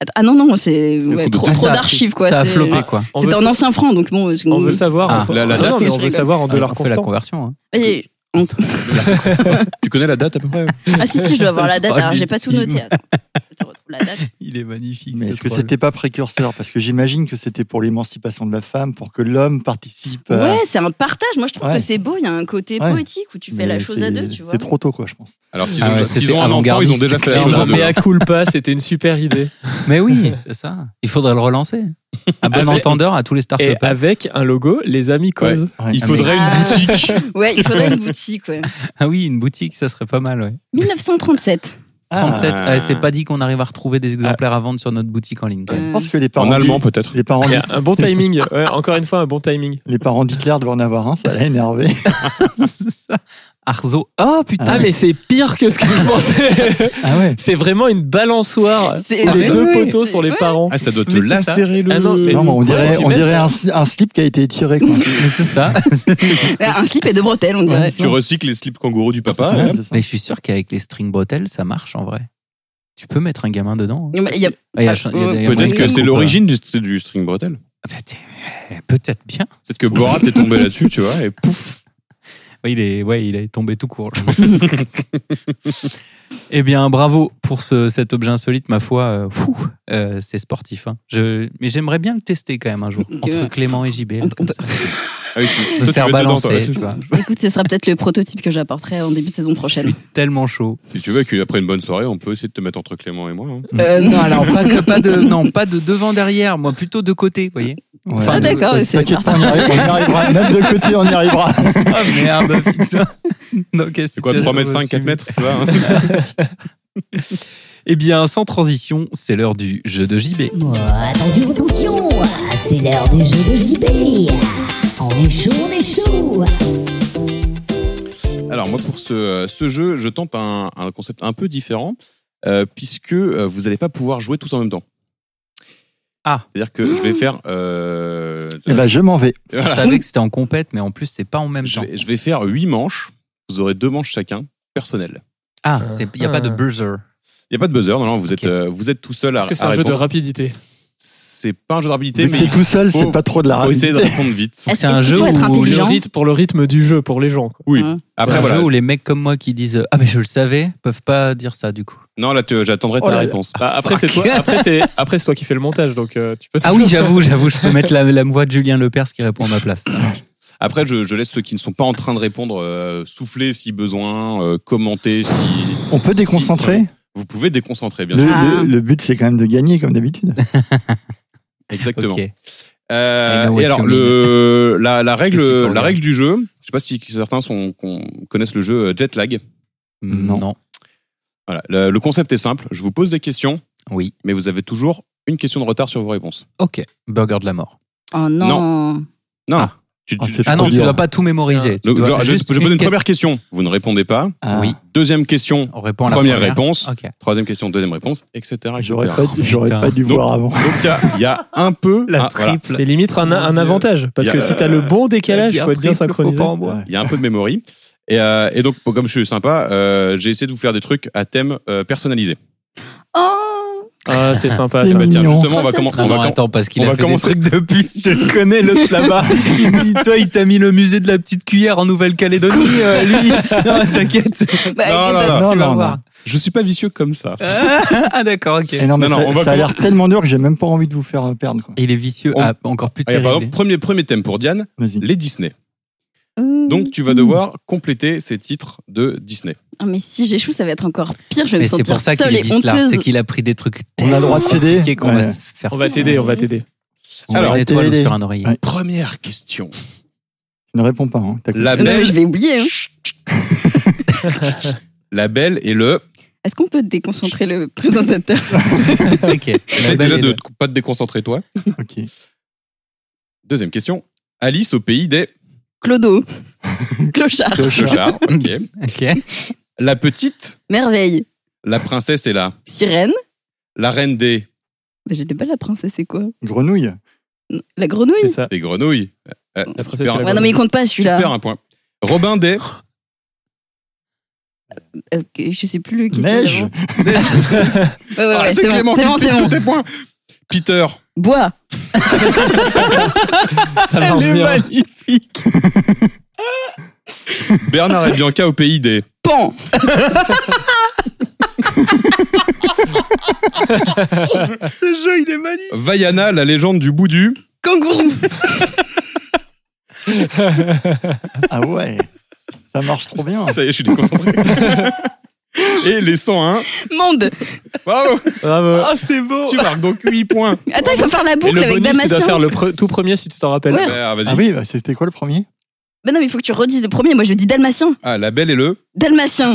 Speaker 9: Att- Ah non, non, c'est ouais,
Speaker 2: qu'on peut
Speaker 9: trop, trop
Speaker 2: tout-
Speaker 4: Ah, ça a-
Speaker 9: d'archives, quoi.
Speaker 4: Ça a
Speaker 9: c'est-
Speaker 4: flopé, quoi.
Speaker 1: On
Speaker 9: C'était
Speaker 1: veut
Speaker 9: en
Speaker 1: sa-
Speaker 9: ancien franc, donc bon. c'est-
Speaker 1: On veut savoir.
Speaker 4: Ah,
Speaker 1: enfin,
Speaker 2: la- la
Speaker 1: non,
Speaker 2: date,
Speaker 1: mais
Speaker 9: je
Speaker 1: on veut
Speaker 9: rigole.
Speaker 1: savoir en dollars
Speaker 4: Ah, on fait la
Speaker 1: constants.
Speaker 4: conversion. hein.
Speaker 9: Et- on-
Speaker 2: Tu connais la date à peu près
Speaker 9: Ah si, si, je dois avoir la date.
Speaker 4: Trois
Speaker 9: Alors, j'ai pas tout noté.
Speaker 4: victimes.
Speaker 9: Attends, je te retrouve la date.
Speaker 4: Il est magnifique.
Speaker 3: Mais
Speaker 4: ce
Speaker 3: est-ce que
Speaker 4: troll.
Speaker 3: c'était pas précurseur Parce que j'imagine que c'était pour l'émancipation de la femme, pour que l'homme participe. à-
Speaker 9: Ouais, c'est un partage. Moi, je trouve
Speaker 3: Euh, Ouais.
Speaker 9: que c'est beau. Il y a un côté
Speaker 3: Ouais.
Speaker 9: poétique où tu fais la
Speaker 3: Mais
Speaker 9: chose à
Speaker 3: c'est-
Speaker 9: deux, tu vois.
Speaker 3: C'est trop tôt, quoi, je pense.
Speaker 2: Alors, s'ils
Speaker 4: Ah
Speaker 2: ont,
Speaker 4: ouais,
Speaker 2: s'ils
Speaker 4: c'était
Speaker 2: ont un enfant, ils ont déjà fait la
Speaker 4: avant-gardiste,
Speaker 2: chose à
Speaker 1: Mais
Speaker 2: deux.
Speaker 1: à culpa, c'était une super idée.
Speaker 4: Mais oui, c'est ça. Il faudrait le relancer. Un bon
Speaker 1: Avec-
Speaker 4: entendeur à tous les start
Speaker 1: Et avec un logo, les amis causent.
Speaker 3: Ouais.
Speaker 2: Il
Speaker 4: Ah,
Speaker 2: faudrait une
Speaker 9: mais-
Speaker 2: boutique.
Speaker 9: Ouais, il faudrait une boutique, ouais.
Speaker 4: Ah oui, une boutique, ça serait pas mal, ouais.
Speaker 9: 1937.
Speaker 4: 37,
Speaker 2: Ah.
Speaker 4: ouais, c'est pas dit qu'on arrive à retrouver des exemplaires à vendre sur notre boutique en ligne. quand même.
Speaker 3: Je
Speaker 9: Euh, Mm.
Speaker 3: pense que les parents.
Speaker 2: En allemand,
Speaker 3: d'Hi-
Speaker 2: peut-être.
Speaker 3: Les parents,
Speaker 1: Et
Speaker 3: d'Hi-
Speaker 1: Un bon timing. Ouais, encore une fois, un bon timing.
Speaker 3: les parents d'Hitler doivent en avoir un, ça l'a énervé.
Speaker 4: C'est ça. Arzo. Oh putain,
Speaker 1: Ah, mais c'est pire que ce que je pensais.
Speaker 3: Ah ouais.
Speaker 1: C'est vraiment une balançoire. Ah,
Speaker 9: C'est-
Speaker 1: Et les
Speaker 4: Ah, mais
Speaker 1: deux
Speaker 9: oui,
Speaker 1: poteaux
Speaker 9: c'est-
Speaker 1: sur les
Speaker 9: ouais.
Speaker 1: parents.
Speaker 2: Ah, ça doit te
Speaker 4: Mais c'est ça.
Speaker 2: lacérer le.
Speaker 1: Ah non, mais-
Speaker 3: Non, mais on
Speaker 1: Ouais,
Speaker 3: dirait,
Speaker 1: puis
Speaker 3: on
Speaker 1: même
Speaker 3: dirait
Speaker 1: ça-
Speaker 3: un, si- un slip qui a été étiré. Quoi.
Speaker 4: mais c'est ça.
Speaker 9: Un slip et deux bretelles, on dirait.
Speaker 2: Tu recycles les slips kangourous du papa.
Speaker 3: Ouais,
Speaker 2: hein.
Speaker 3: c'est ça.
Speaker 4: mais je suis sûr qu'avec les string bretelles, ça marche en vrai. Tu peux mettre un gamin dedans. hein.
Speaker 9: Non, mais il y a-
Speaker 4: Ah, il y a- il y a- il y a moyen
Speaker 2: Peut-être
Speaker 4: que
Speaker 2: que
Speaker 4: ça
Speaker 2: c'est
Speaker 4: coupe,
Speaker 2: l'origine du, du string bretelle.
Speaker 4: hein. Peut-être- Peut-être bien.
Speaker 2: Peut-être que Borat est tombé là-dessus, tu vois. Et ah pouf.
Speaker 4: Ouais, il est, ouais, il est tombé tout court. je pense. eh bien, bravo pour ce, cet objet insolite, ma foi. euh, fou, euh, c'est sportif. hein. Je, mais j'aimerais bien le tester quand même un jour.
Speaker 9: Donc,
Speaker 4: Entre
Speaker 9: euh,
Speaker 4: Clément et JB. là,
Speaker 9: on-
Speaker 4: comme
Speaker 9: on
Speaker 4: ça.
Speaker 2: Ah oui, tu-
Speaker 4: Me
Speaker 2: toi, tu
Speaker 4: faire
Speaker 2: vas dedans, toi,
Speaker 4: balancer.
Speaker 2: ouais.
Speaker 4: tu vois.
Speaker 9: Écoute, ce sera peut-être le prototype que j'apporterai en début de saison prochaine.
Speaker 4: Tellement chaud.
Speaker 2: Si tu veux, qu'après une bonne soirée, on peut essayer de te mettre entre Clément et moi. hein.
Speaker 4: Euh, non, alors pas, que, pas, de, non, pas de devant derrière, moi plutôt de côté, vous voyez.
Speaker 3: Ouais.
Speaker 9: Ah, d'accord, c'est
Speaker 3: T'inquiète pas, on y arrive- on y arrivera. Même de côté, on y arrivera.
Speaker 4: Ah merde, putain.
Speaker 2: C'est quoi, 3 mètres 5, 4 mètres, ça va, hein
Speaker 4: Eh bien, sans transition, c'est l'heure du jeu de JB.
Speaker 10: Moi, attention, attention, c'est l'heure du jeu de JB. On est chaud, on est chaud.
Speaker 2: Alors moi pour ce, euh, ce jeu, je tente un, un concept un peu différent euh, puisque euh, vous n'allez pas pouvoir jouer tous en même temps.
Speaker 4: Ah.
Speaker 2: C'est-à-dire que je vais faire, euh,
Speaker 3: Eh ben, je m'en vais.
Speaker 4: Je
Speaker 1: Ah
Speaker 4: savais que c'était en compète, mais en plus, c'est pas en même
Speaker 2: je,
Speaker 4: temps.
Speaker 2: vais, je vais faire huit manches. Vous aurez deux manches chacun, personnelles.
Speaker 4: Ah, il n'y a pas de buzzer.
Speaker 2: Il n'y a pas de buzzer, non, non, vous êtes
Speaker 4: Ok.
Speaker 2: euh, vous êtes tout seul à,
Speaker 1: Est-ce que c'est
Speaker 2: à
Speaker 1: un jeu de
Speaker 2: répondre.
Speaker 1: rapidité
Speaker 2: C'est pas un jeu de rapidité,
Speaker 3: Vu que
Speaker 2: mais
Speaker 3: t'es tout seul,
Speaker 2: faut-
Speaker 3: c'est pas trop de la
Speaker 2: faut essayer de
Speaker 3: rapidité.
Speaker 2: répondre vite.
Speaker 9: Est-ce
Speaker 4: C'est un
Speaker 9: est-ce qu'il
Speaker 4: jeu
Speaker 9: faut être
Speaker 4: où
Speaker 1: Pour le
Speaker 9: intelligent
Speaker 1: rythme- Pour le rythme du jeu, pour les gens. quoi.
Speaker 2: Oui.
Speaker 9: Hein.
Speaker 4: C'est
Speaker 2: Après
Speaker 4: un
Speaker 2: voilà.
Speaker 4: jeu où les mecs comme moi qui disent Ah, mais je le savais, peuvent pas dire ça du coup.
Speaker 2: Non là, tu- j'attendrai
Speaker 3: Oh
Speaker 2: ta
Speaker 3: là là.
Speaker 2: réponse.
Speaker 1: Bah, après, c'est toi, après, c'est- après, c'est toi qui fais le montage, donc euh, tu peux
Speaker 4: Ah oui, j'avoue, j'avoue, je peux mettre la, la voix de Julien Lepers qui répond à ma place.
Speaker 2: Après, je, je laisse ceux qui ne sont pas en train de répondre euh, souffler si besoin, euh, commenter si.
Speaker 3: On peut déconcentrer.
Speaker 2: Vous pouvez déconcentrer, bien
Speaker 3: Le,
Speaker 2: sûr.
Speaker 9: Ah.
Speaker 3: le- le but, c'est quand même de gagner, comme d'habitude.
Speaker 2: Exactement.
Speaker 4: Ok.
Speaker 2: Euh,
Speaker 4: I know what
Speaker 2: et alors
Speaker 4: you
Speaker 2: le, la, la règle
Speaker 4: Qu'est-ce qui te
Speaker 2: la
Speaker 4: regarde
Speaker 2: règle du jeu, je sais pas si certains sont qu'on- connaissent le jeu euh, Jet Lag.
Speaker 4: Non.
Speaker 3: Non.
Speaker 2: Voilà, le, le concept est simple, je vous pose des questions
Speaker 4: Oui.
Speaker 2: mais vous avez toujours une question de retard sur vos réponses.
Speaker 4: Ok. Burger de la mort.
Speaker 9: Oh non.
Speaker 2: Non.
Speaker 4: Ah.
Speaker 2: Tu,
Speaker 3: Ah,
Speaker 2: tu-
Speaker 3: c'est
Speaker 2: tu-
Speaker 4: Ah non,
Speaker 2: tu-
Speaker 4: tu dois pas tout mémoriser.
Speaker 1: C'est
Speaker 4: Tu
Speaker 2: Donc,
Speaker 4: dois
Speaker 2: genre, je,
Speaker 4: juste
Speaker 2: je pose une
Speaker 4: question.
Speaker 2: première question, vous ne répondez pas.
Speaker 3: Ah.
Speaker 4: Oui.
Speaker 2: Deuxième question,
Speaker 4: On répond à la
Speaker 2: première,
Speaker 4: première.
Speaker 2: réponse.
Speaker 4: Ok.
Speaker 2: Troisième question, deuxième réponse, etc. etc.
Speaker 3: J'aurais pas, dû- j'aurais
Speaker 4: putain.
Speaker 3: pas dû
Speaker 2: Donc-
Speaker 3: voir avant.
Speaker 2: Donc il y a- il y, a un peu
Speaker 4: La
Speaker 2: ah, voilà.
Speaker 4: triple.
Speaker 1: C'est limite un, un avantage, parce
Speaker 2: Il y
Speaker 1: que
Speaker 2: a-
Speaker 1: si t'as le bon décalage, il faut être bien synchronisé.
Speaker 2: il y a un peu de mémoire. Et, euh, et donc comme je suis sympa, euh, j'ai essayé de vous faire des trucs à thème euh, personnalisé.
Speaker 9: Oh
Speaker 1: Ah, c'est sympa
Speaker 3: C'est
Speaker 1: ça.
Speaker 2: Bah, tiens,
Speaker 3: mignon.
Speaker 2: justement, on va,
Speaker 9: Trop
Speaker 2: comment-
Speaker 9: sympa.
Speaker 4: Non,
Speaker 2: on va,
Speaker 4: non,
Speaker 2: com-
Speaker 4: attends, parce qu'il
Speaker 2: on
Speaker 4: a
Speaker 2: va
Speaker 4: fait
Speaker 2: commencer-
Speaker 4: des trucs de pute. Je le connais, l'autre là-bas. Il me dit, toi, il t'a mis le musée de la petite cuillère en Nouvelle-Calédonie. euh, lui, non, t'inquiète.
Speaker 9: Bah,
Speaker 2: Non,
Speaker 9: écoute,
Speaker 2: non,
Speaker 9: bah,
Speaker 2: non,
Speaker 3: non,
Speaker 4: Ah, tu vas
Speaker 3: non,
Speaker 4: voir.
Speaker 2: Je suis pas vicieux comme ça.
Speaker 4: Ah, d'accord, ok.
Speaker 3: Et Eh non, mais
Speaker 2: Non, non,
Speaker 3: ça,
Speaker 2: on va
Speaker 3: ça a l'air tellement dur que j'ai même pas envie de vous faire euh, perdre. quoi.
Speaker 4: Il est vicieux.
Speaker 2: On-
Speaker 4: Ah, encore plus
Speaker 2: Ah, y a,
Speaker 4: terrible.
Speaker 2: par exemple, premier, premier thème pour Diane,
Speaker 3: Vas-y.
Speaker 2: les Disney.
Speaker 9: euh,
Speaker 2: Donc tu vas devoir compléter ces titres de Disney.
Speaker 9: Ah, mais si j'échoue, ça va être encore pire. Je vais
Speaker 4: Mais
Speaker 9: me
Speaker 4: c'est
Speaker 9: sentir
Speaker 4: pour ça qu'il
Speaker 9: seule
Speaker 4: est
Speaker 9: et
Speaker 4: vice là.
Speaker 9: honteuse.
Speaker 4: C'est qu'il a pris des trucs
Speaker 3: On a le droit de céder.
Speaker 4: compliqués qu'on va
Speaker 3: Ouais.
Speaker 4: se faire.
Speaker 1: On va t'aider, on va t'aider.
Speaker 4: On va
Speaker 2: Alors,
Speaker 4: une étoile ou
Speaker 3: t'aider.
Speaker 4: sur un oreiller.
Speaker 3: Ouais.
Speaker 2: Première question.
Speaker 3: Tu ne réponds pas. hein. T'as
Speaker 2: La
Speaker 9: Non, mais je
Speaker 2: belle,
Speaker 9: vais oublier. hein.
Speaker 2: la belle et le.
Speaker 9: Est-ce qu'on peut déconcentrer le présentateur
Speaker 4: Ok.
Speaker 2: Essaye déjà de pas te déconcentrer toi.
Speaker 3: Ok.
Speaker 2: Deuxième question. Alice au pays des.
Speaker 9: Clodo. Clochard.
Speaker 2: Clochard, ok.
Speaker 4: Ok.
Speaker 2: La petite,
Speaker 9: Merveille.
Speaker 2: la princesse est là.
Speaker 9: Sirène.
Speaker 2: La reine des,
Speaker 9: Bah, je l'ai pas la princesse, c'est quoi
Speaker 3: Grenouille.
Speaker 9: La grenouille
Speaker 1: C'est ça.
Speaker 2: des grenouilles. Euh,
Speaker 1: La princesse
Speaker 2: tu perds-
Speaker 1: et la
Speaker 9: Ouais, non, mais il compte pas
Speaker 2: tu perds
Speaker 9: celui-là.
Speaker 2: un point. Robin des,
Speaker 9: Euh, que- je sais plus le qui c'était
Speaker 3: Neige.
Speaker 9: avant. Ouais, ouais,
Speaker 2: Ah,
Speaker 9: ouais, c'est bon,
Speaker 2: Clément
Speaker 9: c'est
Speaker 2: qui
Speaker 9: bon,
Speaker 2: te
Speaker 9: c'est
Speaker 2: pique
Speaker 9: bon.
Speaker 2: tous tes points. Peter,
Speaker 9: Bois.
Speaker 1: Ça
Speaker 4: Ah,
Speaker 1: marche bien.
Speaker 4: magnifique.
Speaker 2: Bernard et Bianca au pays des.
Speaker 9: Pan.
Speaker 4: Ce jeu, il est magnifique.
Speaker 2: Vaiana, la légende du boudu.
Speaker 9: Kangourou.
Speaker 3: Ah ouais. Ça marche trop bien.
Speaker 2: Ah, Ça y est, je suis déconcentré. et les 101.
Speaker 9: Monde.
Speaker 2: Bravo,
Speaker 1: Bravo.
Speaker 4: Ah, c'est beau.
Speaker 2: tu marques donc 8 points.
Speaker 9: Attends, il faut faire la
Speaker 1: Et
Speaker 9: boucle
Speaker 1: le
Speaker 9: avec
Speaker 1: bonus, tu dois
Speaker 9: Damasien.
Speaker 1: faire le pre- tout premier si tu t'en rappelles.
Speaker 9: Ouais.
Speaker 2: Ah, vas-y.
Speaker 3: Ah oui, bah, c'était quoi le premier
Speaker 9: Bah non, mais il faut que tu redises le premier. Moi, je dis Dalmatien.
Speaker 2: Ah, la belle et le.
Speaker 9: Dalmatien.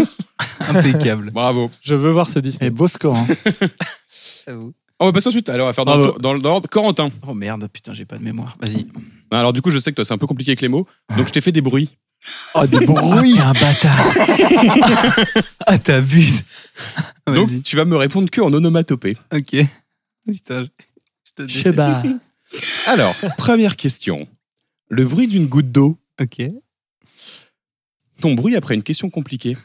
Speaker 4: Impeccable.
Speaker 2: Bravo.
Speaker 1: Je veux voir ce
Speaker 3: Eh,
Speaker 1: Disney.
Speaker 3: beau score. hein.
Speaker 2: On va passer ensuite. Alors, on va faire dans,
Speaker 1: Bravo.
Speaker 2: le- dans, le- dans l'ordre. Corentin.
Speaker 4: Oh merde, putain, j'ai pas de mémoire. Vas-y.
Speaker 2: Non, Alors, du coup, je sais que toi, c'est un peu compliqué avec les mots. Donc, je t'ai fait des bruits.
Speaker 3: Ah, des
Speaker 4: Ah,
Speaker 3: bruits.
Speaker 4: t'es un bâtard. ah, t'abuses.
Speaker 2: Donc,
Speaker 4: Vas-y.
Speaker 2: tu vas me répondre que en onomatopée.
Speaker 4: Ok. Putain, je- je te déteste.
Speaker 1: Cheba.
Speaker 2: Alors, première question. Le bruit d'une goutte d'eau.
Speaker 4: Ok.
Speaker 2: Ton bruit après une question compliquée.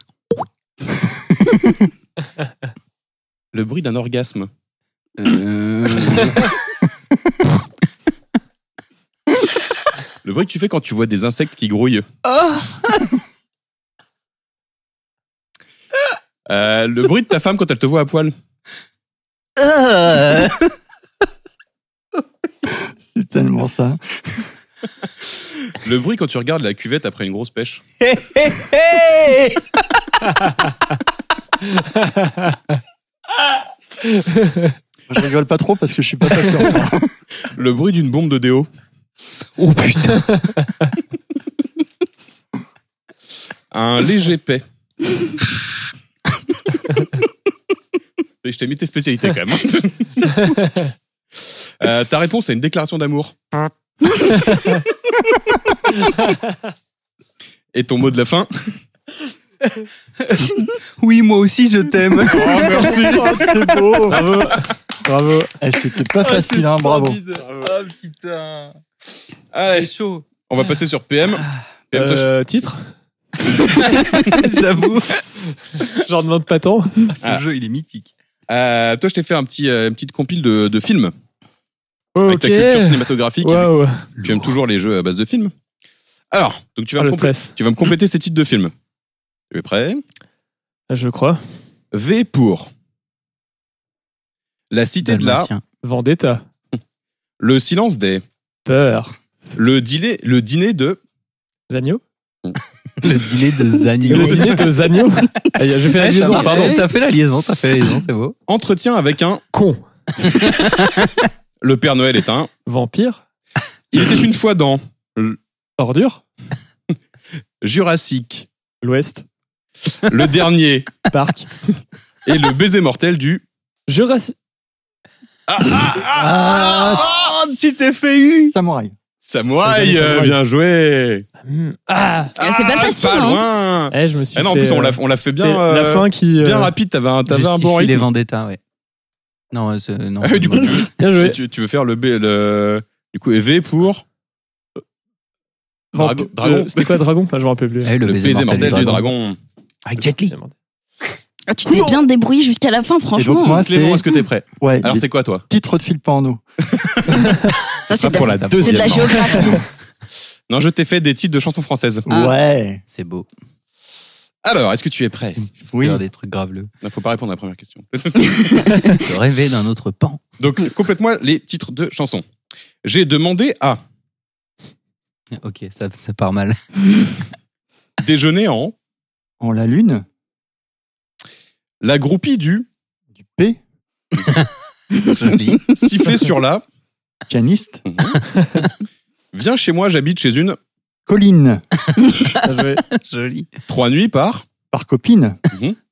Speaker 2: Le bruit d'un orgasme.
Speaker 4: Euh.
Speaker 2: Le bruit que tu fais quand tu vois des insectes qui grouillent.
Speaker 4: Oh.
Speaker 2: Euh, le bruit de ta femme quand elle te voit à poil.
Speaker 4: Euh.
Speaker 3: C'est tellement ça.
Speaker 2: Le bruit quand tu regardes la cuvette après une grosse pêche.
Speaker 3: Je rigole pas trop parce que je suis pas ça sûr.
Speaker 2: Le bruit d'une bombe de déo.
Speaker 4: oh putain.
Speaker 2: Un léger paix. Et je t'ai mis tes spécialités quand même. hein. Euh, ta réponse est une déclaration d'amour. Et ton mot de la fin
Speaker 4: Oui, moi aussi, je t'aime.
Speaker 2: Oh, merci
Speaker 3: Oh, c'est beau.
Speaker 1: Bravo. Bravo.
Speaker 3: Eh, c'était
Speaker 2: Ah,
Speaker 3: pas facile, hein, bravo.
Speaker 4: Oh putain.
Speaker 2: Allez,
Speaker 4: chaud.
Speaker 2: on va passer sur PM. PM, toi, je-
Speaker 1: Euh, titre
Speaker 4: J'avoue.
Speaker 1: J'en demande pas tant.
Speaker 4: Ce
Speaker 2: Ah.
Speaker 4: jeu, il est mythique.
Speaker 2: euh, toi, je t'ai fait un petit, euh, une petite compile de, de films avec
Speaker 1: Ok.
Speaker 2: ta culture cinématographique.
Speaker 1: Waouh.
Speaker 2: Tu aimes toujours les jeux à base de films Alors, donc tu vas,
Speaker 1: Ah,
Speaker 2: me
Speaker 1: le
Speaker 2: complé-
Speaker 1: stress.
Speaker 2: tu vas me compléter ces titres de films. Tu es prêt
Speaker 1: Ah, Je crois.
Speaker 2: V pour La cité de la,
Speaker 4: Dalmatien.
Speaker 1: Vendetta.
Speaker 2: le silence des,
Speaker 1: Peur.
Speaker 2: le dîner, le dîner de,
Speaker 1: Zagno
Speaker 4: Le dîner de Zanio.
Speaker 1: Le dîner de Zagno Ah, J'ai fait la
Speaker 4: Ouais, ça
Speaker 1: liaison,
Speaker 4: marche.
Speaker 1: pardon.
Speaker 4: T'as fait la liaison, t'as fait la liaison, c'est beau.
Speaker 2: entretien avec un,
Speaker 1: Con.
Speaker 2: le Père Noël est un,
Speaker 1: Vampire.
Speaker 2: il était une fois dans
Speaker 1: Ordure.
Speaker 2: Jurassic,
Speaker 1: L'Ouest.
Speaker 2: le dernier
Speaker 1: Parc.
Speaker 2: et le baiser mortel du. ah,
Speaker 1: Jurassic.
Speaker 4: Ah, tu t'es fait eu.
Speaker 3: Samouraï.
Speaker 1: Ah,
Speaker 2: Samouraï, euh, bien joué.
Speaker 1: Hmm. Ah
Speaker 9: Ah, c'est pas facile,
Speaker 2: Pas
Speaker 9: hein.
Speaker 2: loin.
Speaker 1: Eh, je me suis
Speaker 2: Ah non, en
Speaker 1: fait,
Speaker 2: plus on
Speaker 1: euh,
Speaker 2: l'a, on l'a fait bien,
Speaker 1: c'est
Speaker 2: euh,
Speaker 1: la fin qui. euh,
Speaker 2: bien rapide. T'avais un, t'avais un bon
Speaker 4: Justifie les
Speaker 2: rythme.
Speaker 4: vendettas, ouais. Non, euh, c'est- non.
Speaker 2: Ah oui, du coup, tu veux,
Speaker 1: Bien joué.
Speaker 2: tu- tu veux faire le B, le, du coup, et V pour
Speaker 1: Vamp-
Speaker 2: Dragon- Dragon.
Speaker 1: euh, C'était quoi Dragon Ah, Je me rappelle plus.
Speaker 4: Eh, le,
Speaker 2: le baiser mortel du
Speaker 4: dragon.
Speaker 2: dragon.
Speaker 4: Ah, Jet Li.
Speaker 9: Ah, tu t'es bien débrouillé jusqu'à la fin,
Speaker 3: Et donc,
Speaker 9: franchement.
Speaker 3: moi,
Speaker 2: Clément,
Speaker 3: c'est.
Speaker 2: est-ce que t'es prêt
Speaker 3: Ouais,
Speaker 2: Alors
Speaker 3: les
Speaker 2: c'est quoi toi
Speaker 3: titres de fil porno.
Speaker 9: Ça, c'est de, la-
Speaker 2: la
Speaker 9: c'est de la
Speaker 2: non.
Speaker 9: géographie.
Speaker 2: Non, je t'ai fait des titres de chansons françaises.
Speaker 9: Ah.
Speaker 3: Ouais.
Speaker 4: C'est beau.
Speaker 2: Alors, est-ce que tu es prêt
Speaker 3: Oui.
Speaker 4: C'est des trucs graveleux.
Speaker 2: Il faut pas répondre à la première question.
Speaker 4: Je rêvais d'un autre pan.
Speaker 2: Donc, complète-moi les titres de chansons. J'ai demandé à
Speaker 4: Ok, ça, ça part mal.
Speaker 2: déjeuner en
Speaker 3: En la lune.
Speaker 2: la groupie du
Speaker 3: Du P.
Speaker 4: Joli.
Speaker 2: siffler sur la
Speaker 3: Pianiste.
Speaker 2: viens chez moi, j'habite chez une
Speaker 3: Colline.
Speaker 1: Bien joué.
Speaker 4: Joli.
Speaker 2: trois nuits par
Speaker 3: Par copine.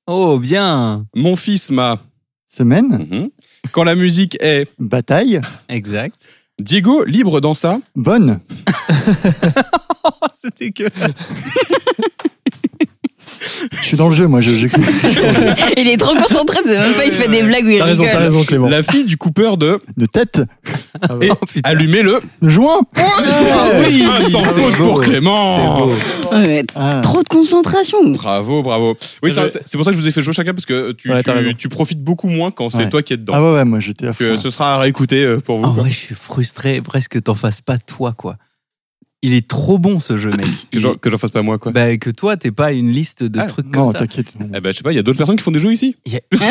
Speaker 4: Oh, bien.
Speaker 2: mon fils m'a
Speaker 3: Semaine.
Speaker 2: Mhm. quand la musique est
Speaker 3: Bataille.
Speaker 4: Exact.
Speaker 2: Diego libre dans sa
Speaker 3: Bonne.
Speaker 4: c'est dégueulasse.
Speaker 3: Je suis dans le jeu, moi, je- j'écoute.
Speaker 9: Il est trop concentré, c'est même pas, il fait des blagues où il
Speaker 1: T'as raison,
Speaker 9: rigole.
Speaker 1: t'as raison, Clément.
Speaker 2: La fille du coupeur de
Speaker 3: De tête,
Speaker 2: et
Speaker 4: Oh,
Speaker 2: allumez le.
Speaker 3: le joint Ah
Speaker 2: oui, Ah, sans faute
Speaker 3: beau,
Speaker 2: pour
Speaker 3: ouais.
Speaker 2: Clément.
Speaker 9: Ouais, mais
Speaker 3: Ah.
Speaker 9: Trop de concentration.
Speaker 2: Bravo, bravo.
Speaker 3: Eh
Speaker 2: Oui, ça,
Speaker 3: ben-
Speaker 1: Ouais.
Speaker 2: c'est c'est pour ça que je vous ai fait jouer chacun parce que euh, tu,
Speaker 1: Ouais, t'as
Speaker 2: tu,
Speaker 1: raison.
Speaker 2: tu profites beaucoup moins quand c'est
Speaker 3: Ouais.
Speaker 2: toi qui es dedans.
Speaker 3: Ah ouais, ouais, Ah moi j'étais à
Speaker 2: Donc,
Speaker 3: fond.
Speaker 2: euh, ce sera à réécouter euh, pour vous.
Speaker 4: En
Speaker 2: quoi.
Speaker 4: vrai, Ah je suis frustré presque que t'en fasses pas toi, quoi. Il est trop bon ce jeu, mec.
Speaker 2: Que
Speaker 4: Il
Speaker 2: j'en-
Speaker 4: est-
Speaker 2: que j'en fasse pas moi, quoi.
Speaker 4: Bah, que toi, t'es pas une liste de
Speaker 2: Ah,
Speaker 4: trucs comme
Speaker 3: Non,
Speaker 4: ça.
Speaker 3: t'inquiète.
Speaker 2: Eh ben, je sais pas, il y a d'autres personnes qui font des jeux ici.
Speaker 4: Ah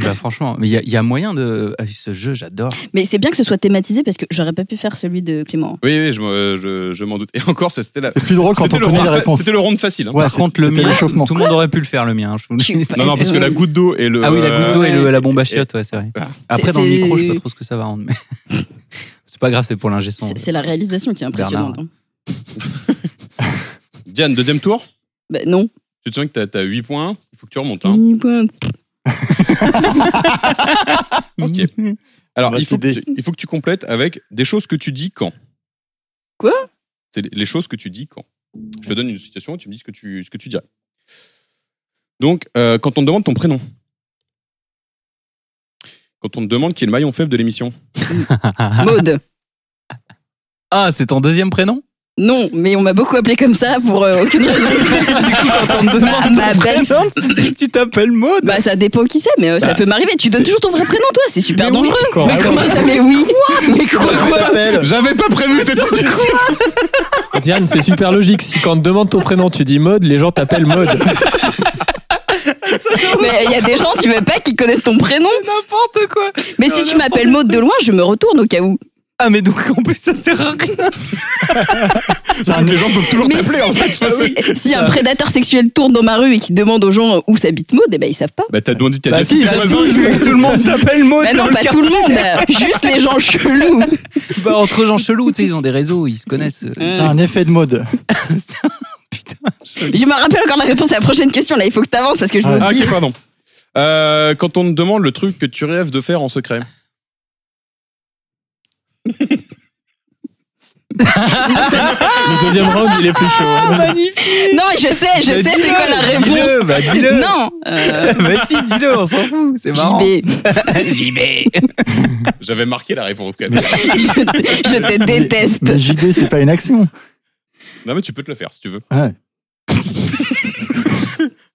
Speaker 4: bah, franchement, mais il y, a- il y a moyen de. Ah, ce jeu, j'adore.
Speaker 9: Mais c'est bien que ce soit thématisé parce que j'aurais pas pu faire celui de Clément.
Speaker 2: Oui, oui, je, m'en- euh, je, je m'en doute. Et encore, ça, c'était la.
Speaker 3: C'est plus drôle quand
Speaker 2: C'était
Speaker 3: on
Speaker 2: le,
Speaker 3: connaît
Speaker 2: round
Speaker 3: les
Speaker 2: fa-
Speaker 3: réponses.
Speaker 2: c'était le round facile. hein.
Speaker 3: Ouais,
Speaker 4: Par contre, le
Speaker 3: c'était
Speaker 4: mien,
Speaker 3: l'échauffement.
Speaker 4: tout le monde aurait pu le faire, le mien. hein, Je vous le
Speaker 9: Je
Speaker 4: dis.
Speaker 9: suis
Speaker 2: Non, non, parce que la goutte d'eau et le. euh,
Speaker 4: Ah oui, la goutte d'eau et le-
Speaker 9: Ouais.
Speaker 4: la bombe à chiottes, ouais, c'est vrai.
Speaker 2: Ah.
Speaker 4: Après,
Speaker 9: C'est-
Speaker 4: dans le
Speaker 9: c'est-
Speaker 4: micro, je sais pas trop ce que ça va rendre. mais- c'est pas grave, c'est pour l'ingé son.
Speaker 9: C'est c'est la réalisation qui est impressionnante. hein.
Speaker 2: Diane, deuxième tour.
Speaker 9: Bah, non.
Speaker 2: Tu te souviens que t'as- t'as 8 points. Il faut que tu remontes. Hein.
Speaker 9: Mini pointe.
Speaker 2: Ok.
Speaker 3: On
Speaker 2: Alors,
Speaker 3: va
Speaker 2: il faut, que
Speaker 3: t'aider.
Speaker 2: tu, il faut que tu complètes avec des choses que tu dis quand.
Speaker 9: Quoi
Speaker 2: C'est les- les choses que tu dis quand. Je te donne une situation et tu me dis ce que tu, ce que tu dirais. Donc, euh, quand on te demande ton prénom, quand on te demande qui est le maillon faible de l'émission,
Speaker 9: Maude.
Speaker 4: Ah, c'est ton deuxième prénom
Speaker 9: Non, mais on m'a beaucoup appelé comme ça pour euh, aucune raison.
Speaker 4: Du coup, quand on te
Speaker 9: Bah,
Speaker 4: demande
Speaker 9: ma
Speaker 4: ton
Speaker 9: belle-
Speaker 4: prénom, tu- tu t'appelles Maud
Speaker 9: Bah ça dépend qui c'est, mais euh, ça peut m'arriver. Tu donnes toujours ton vrai prénom toi, c'est super dangereux. mais
Speaker 4: Ah
Speaker 9: comment ça Mais oui. mais quoi, quoi
Speaker 2: J'avais pas prévu cette situation.
Speaker 1: Diane, c'est super logique. Si quand on te demande ton prénom, tu dis mode, les gens t'appellent mode.
Speaker 9: Mais il y a des gens, tu veux pas, qui connaissent ton prénom.
Speaker 4: N'importe quoi
Speaker 9: Mais si tu m'appelles Maud de loin, je me retourne au cas où.
Speaker 4: Ah, mais donc en plus, ça sert à rien
Speaker 2: Les gens peuvent toujours
Speaker 9: Mais
Speaker 2: t'appeler
Speaker 9: si,
Speaker 2: en fait.
Speaker 9: si, si un prédateur sexuel tourne dans ma rue et qui demande aux gens où s'habite Maud, eh ben ils savent pas.
Speaker 2: Bah, t'as demandé, t'as
Speaker 1: Bah, si,
Speaker 2: t'as-
Speaker 1: ça
Speaker 2: t'as-
Speaker 1: se
Speaker 2: t'as-
Speaker 4: Tout le monde t'appelle Maud
Speaker 9: Bah
Speaker 4: dans
Speaker 9: non,
Speaker 4: le
Speaker 9: pas
Speaker 4: quartier.
Speaker 9: tout le monde, euh, juste les gens chelous.
Speaker 4: Bah, entre gens chelous, tu sais, ils ont des réseaux, ils se connaissent. euh,
Speaker 3: C'est un effet de mode.
Speaker 4: Putain,
Speaker 9: Je me rappelle encore la réponse à la prochaine question, là il faut que t'avances parce que je me
Speaker 2: Ah,
Speaker 9: dis.
Speaker 2: ok, pardon. Euh, quand on te demande le truc que tu rêves de faire en secret.
Speaker 1: Le deuxième round, il est plus chaud.
Speaker 9: Ah,
Speaker 4: magnifique
Speaker 9: Non mais je sais, je sais
Speaker 4: Bah,
Speaker 9: c'est
Speaker 4: dis-le,
Speaker 9: quoi la réponse.
Speaker 4: Dis-le, bah dis-le
Speaker 9: Non euh,
Speaker 4: Bah si, dis-le, on s'en fout, c'est marrant
Speaker 9: JB,
Speaker 4: JB
Speaker 2: J'avais marqué la réponse quand même.
Speaker 9: je te- je te
Speaker 3: Mais-
Speaker 9: déteste.
Speaker 3: Mais JB, c'est pas une action.
Speaker 2: non, mais tu peux te le faire si tu veux.
Speaker 3: Ouais.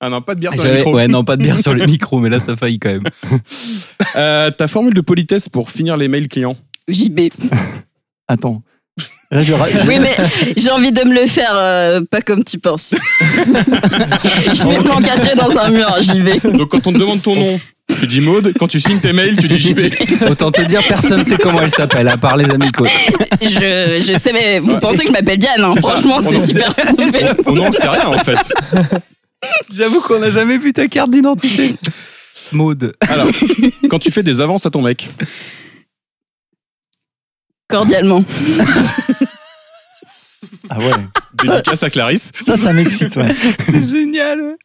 Speaker 2: Ah non, pas de bière sur le
Speaker 4: J'avais-
Speaker 2: micro.
Speaker 4: Ouais, non, pas de bière sur le micro, mais là, ça faillit quand même.
Speaker 2: Euh, ta formule de politesse pour finir les mails clients.
Speaker 9: JB.
Speaker 3: Attends. Là, je ra-
Speaker 9: Oui, mais j'ai envie de me le faire euh, pas comme tu penses. je vais m'encastrer dans un mur, j'y vais.
Speaker 2: Donc quand on te demande ton nom, tu dis Maude. Quand tu signes tes mails, tu dis JB.
Speaker 4: Autant te dire, personne sait comment elle s'appelle, à part les amicaux.
Speaker 9: Je, je sais, mais vous pensez que je m'appelle Diane, hein.
Speaker 2: C'est ça.
Speaker 9: franchement,
Speaker 2: On
Speaker 9: c'est
Speaker 2: en
Speaker 9: super trouvé.
Speaker 2: On n'en sait Oh rien en fait.
Speaker 4: J'avoue qu'on n'a jamais vu ta carte d'identité. Maude.
Speaker 2: Alors, quand tu fais des avances à ton mec,
Speaker 9: Cordialement.
Speaker 3: Ah ouais.
Speaker 2: dédicace à Clarisse.
Speaker 3: Ça, ça m'excite. ouais.
Speaker 4: C'est génial.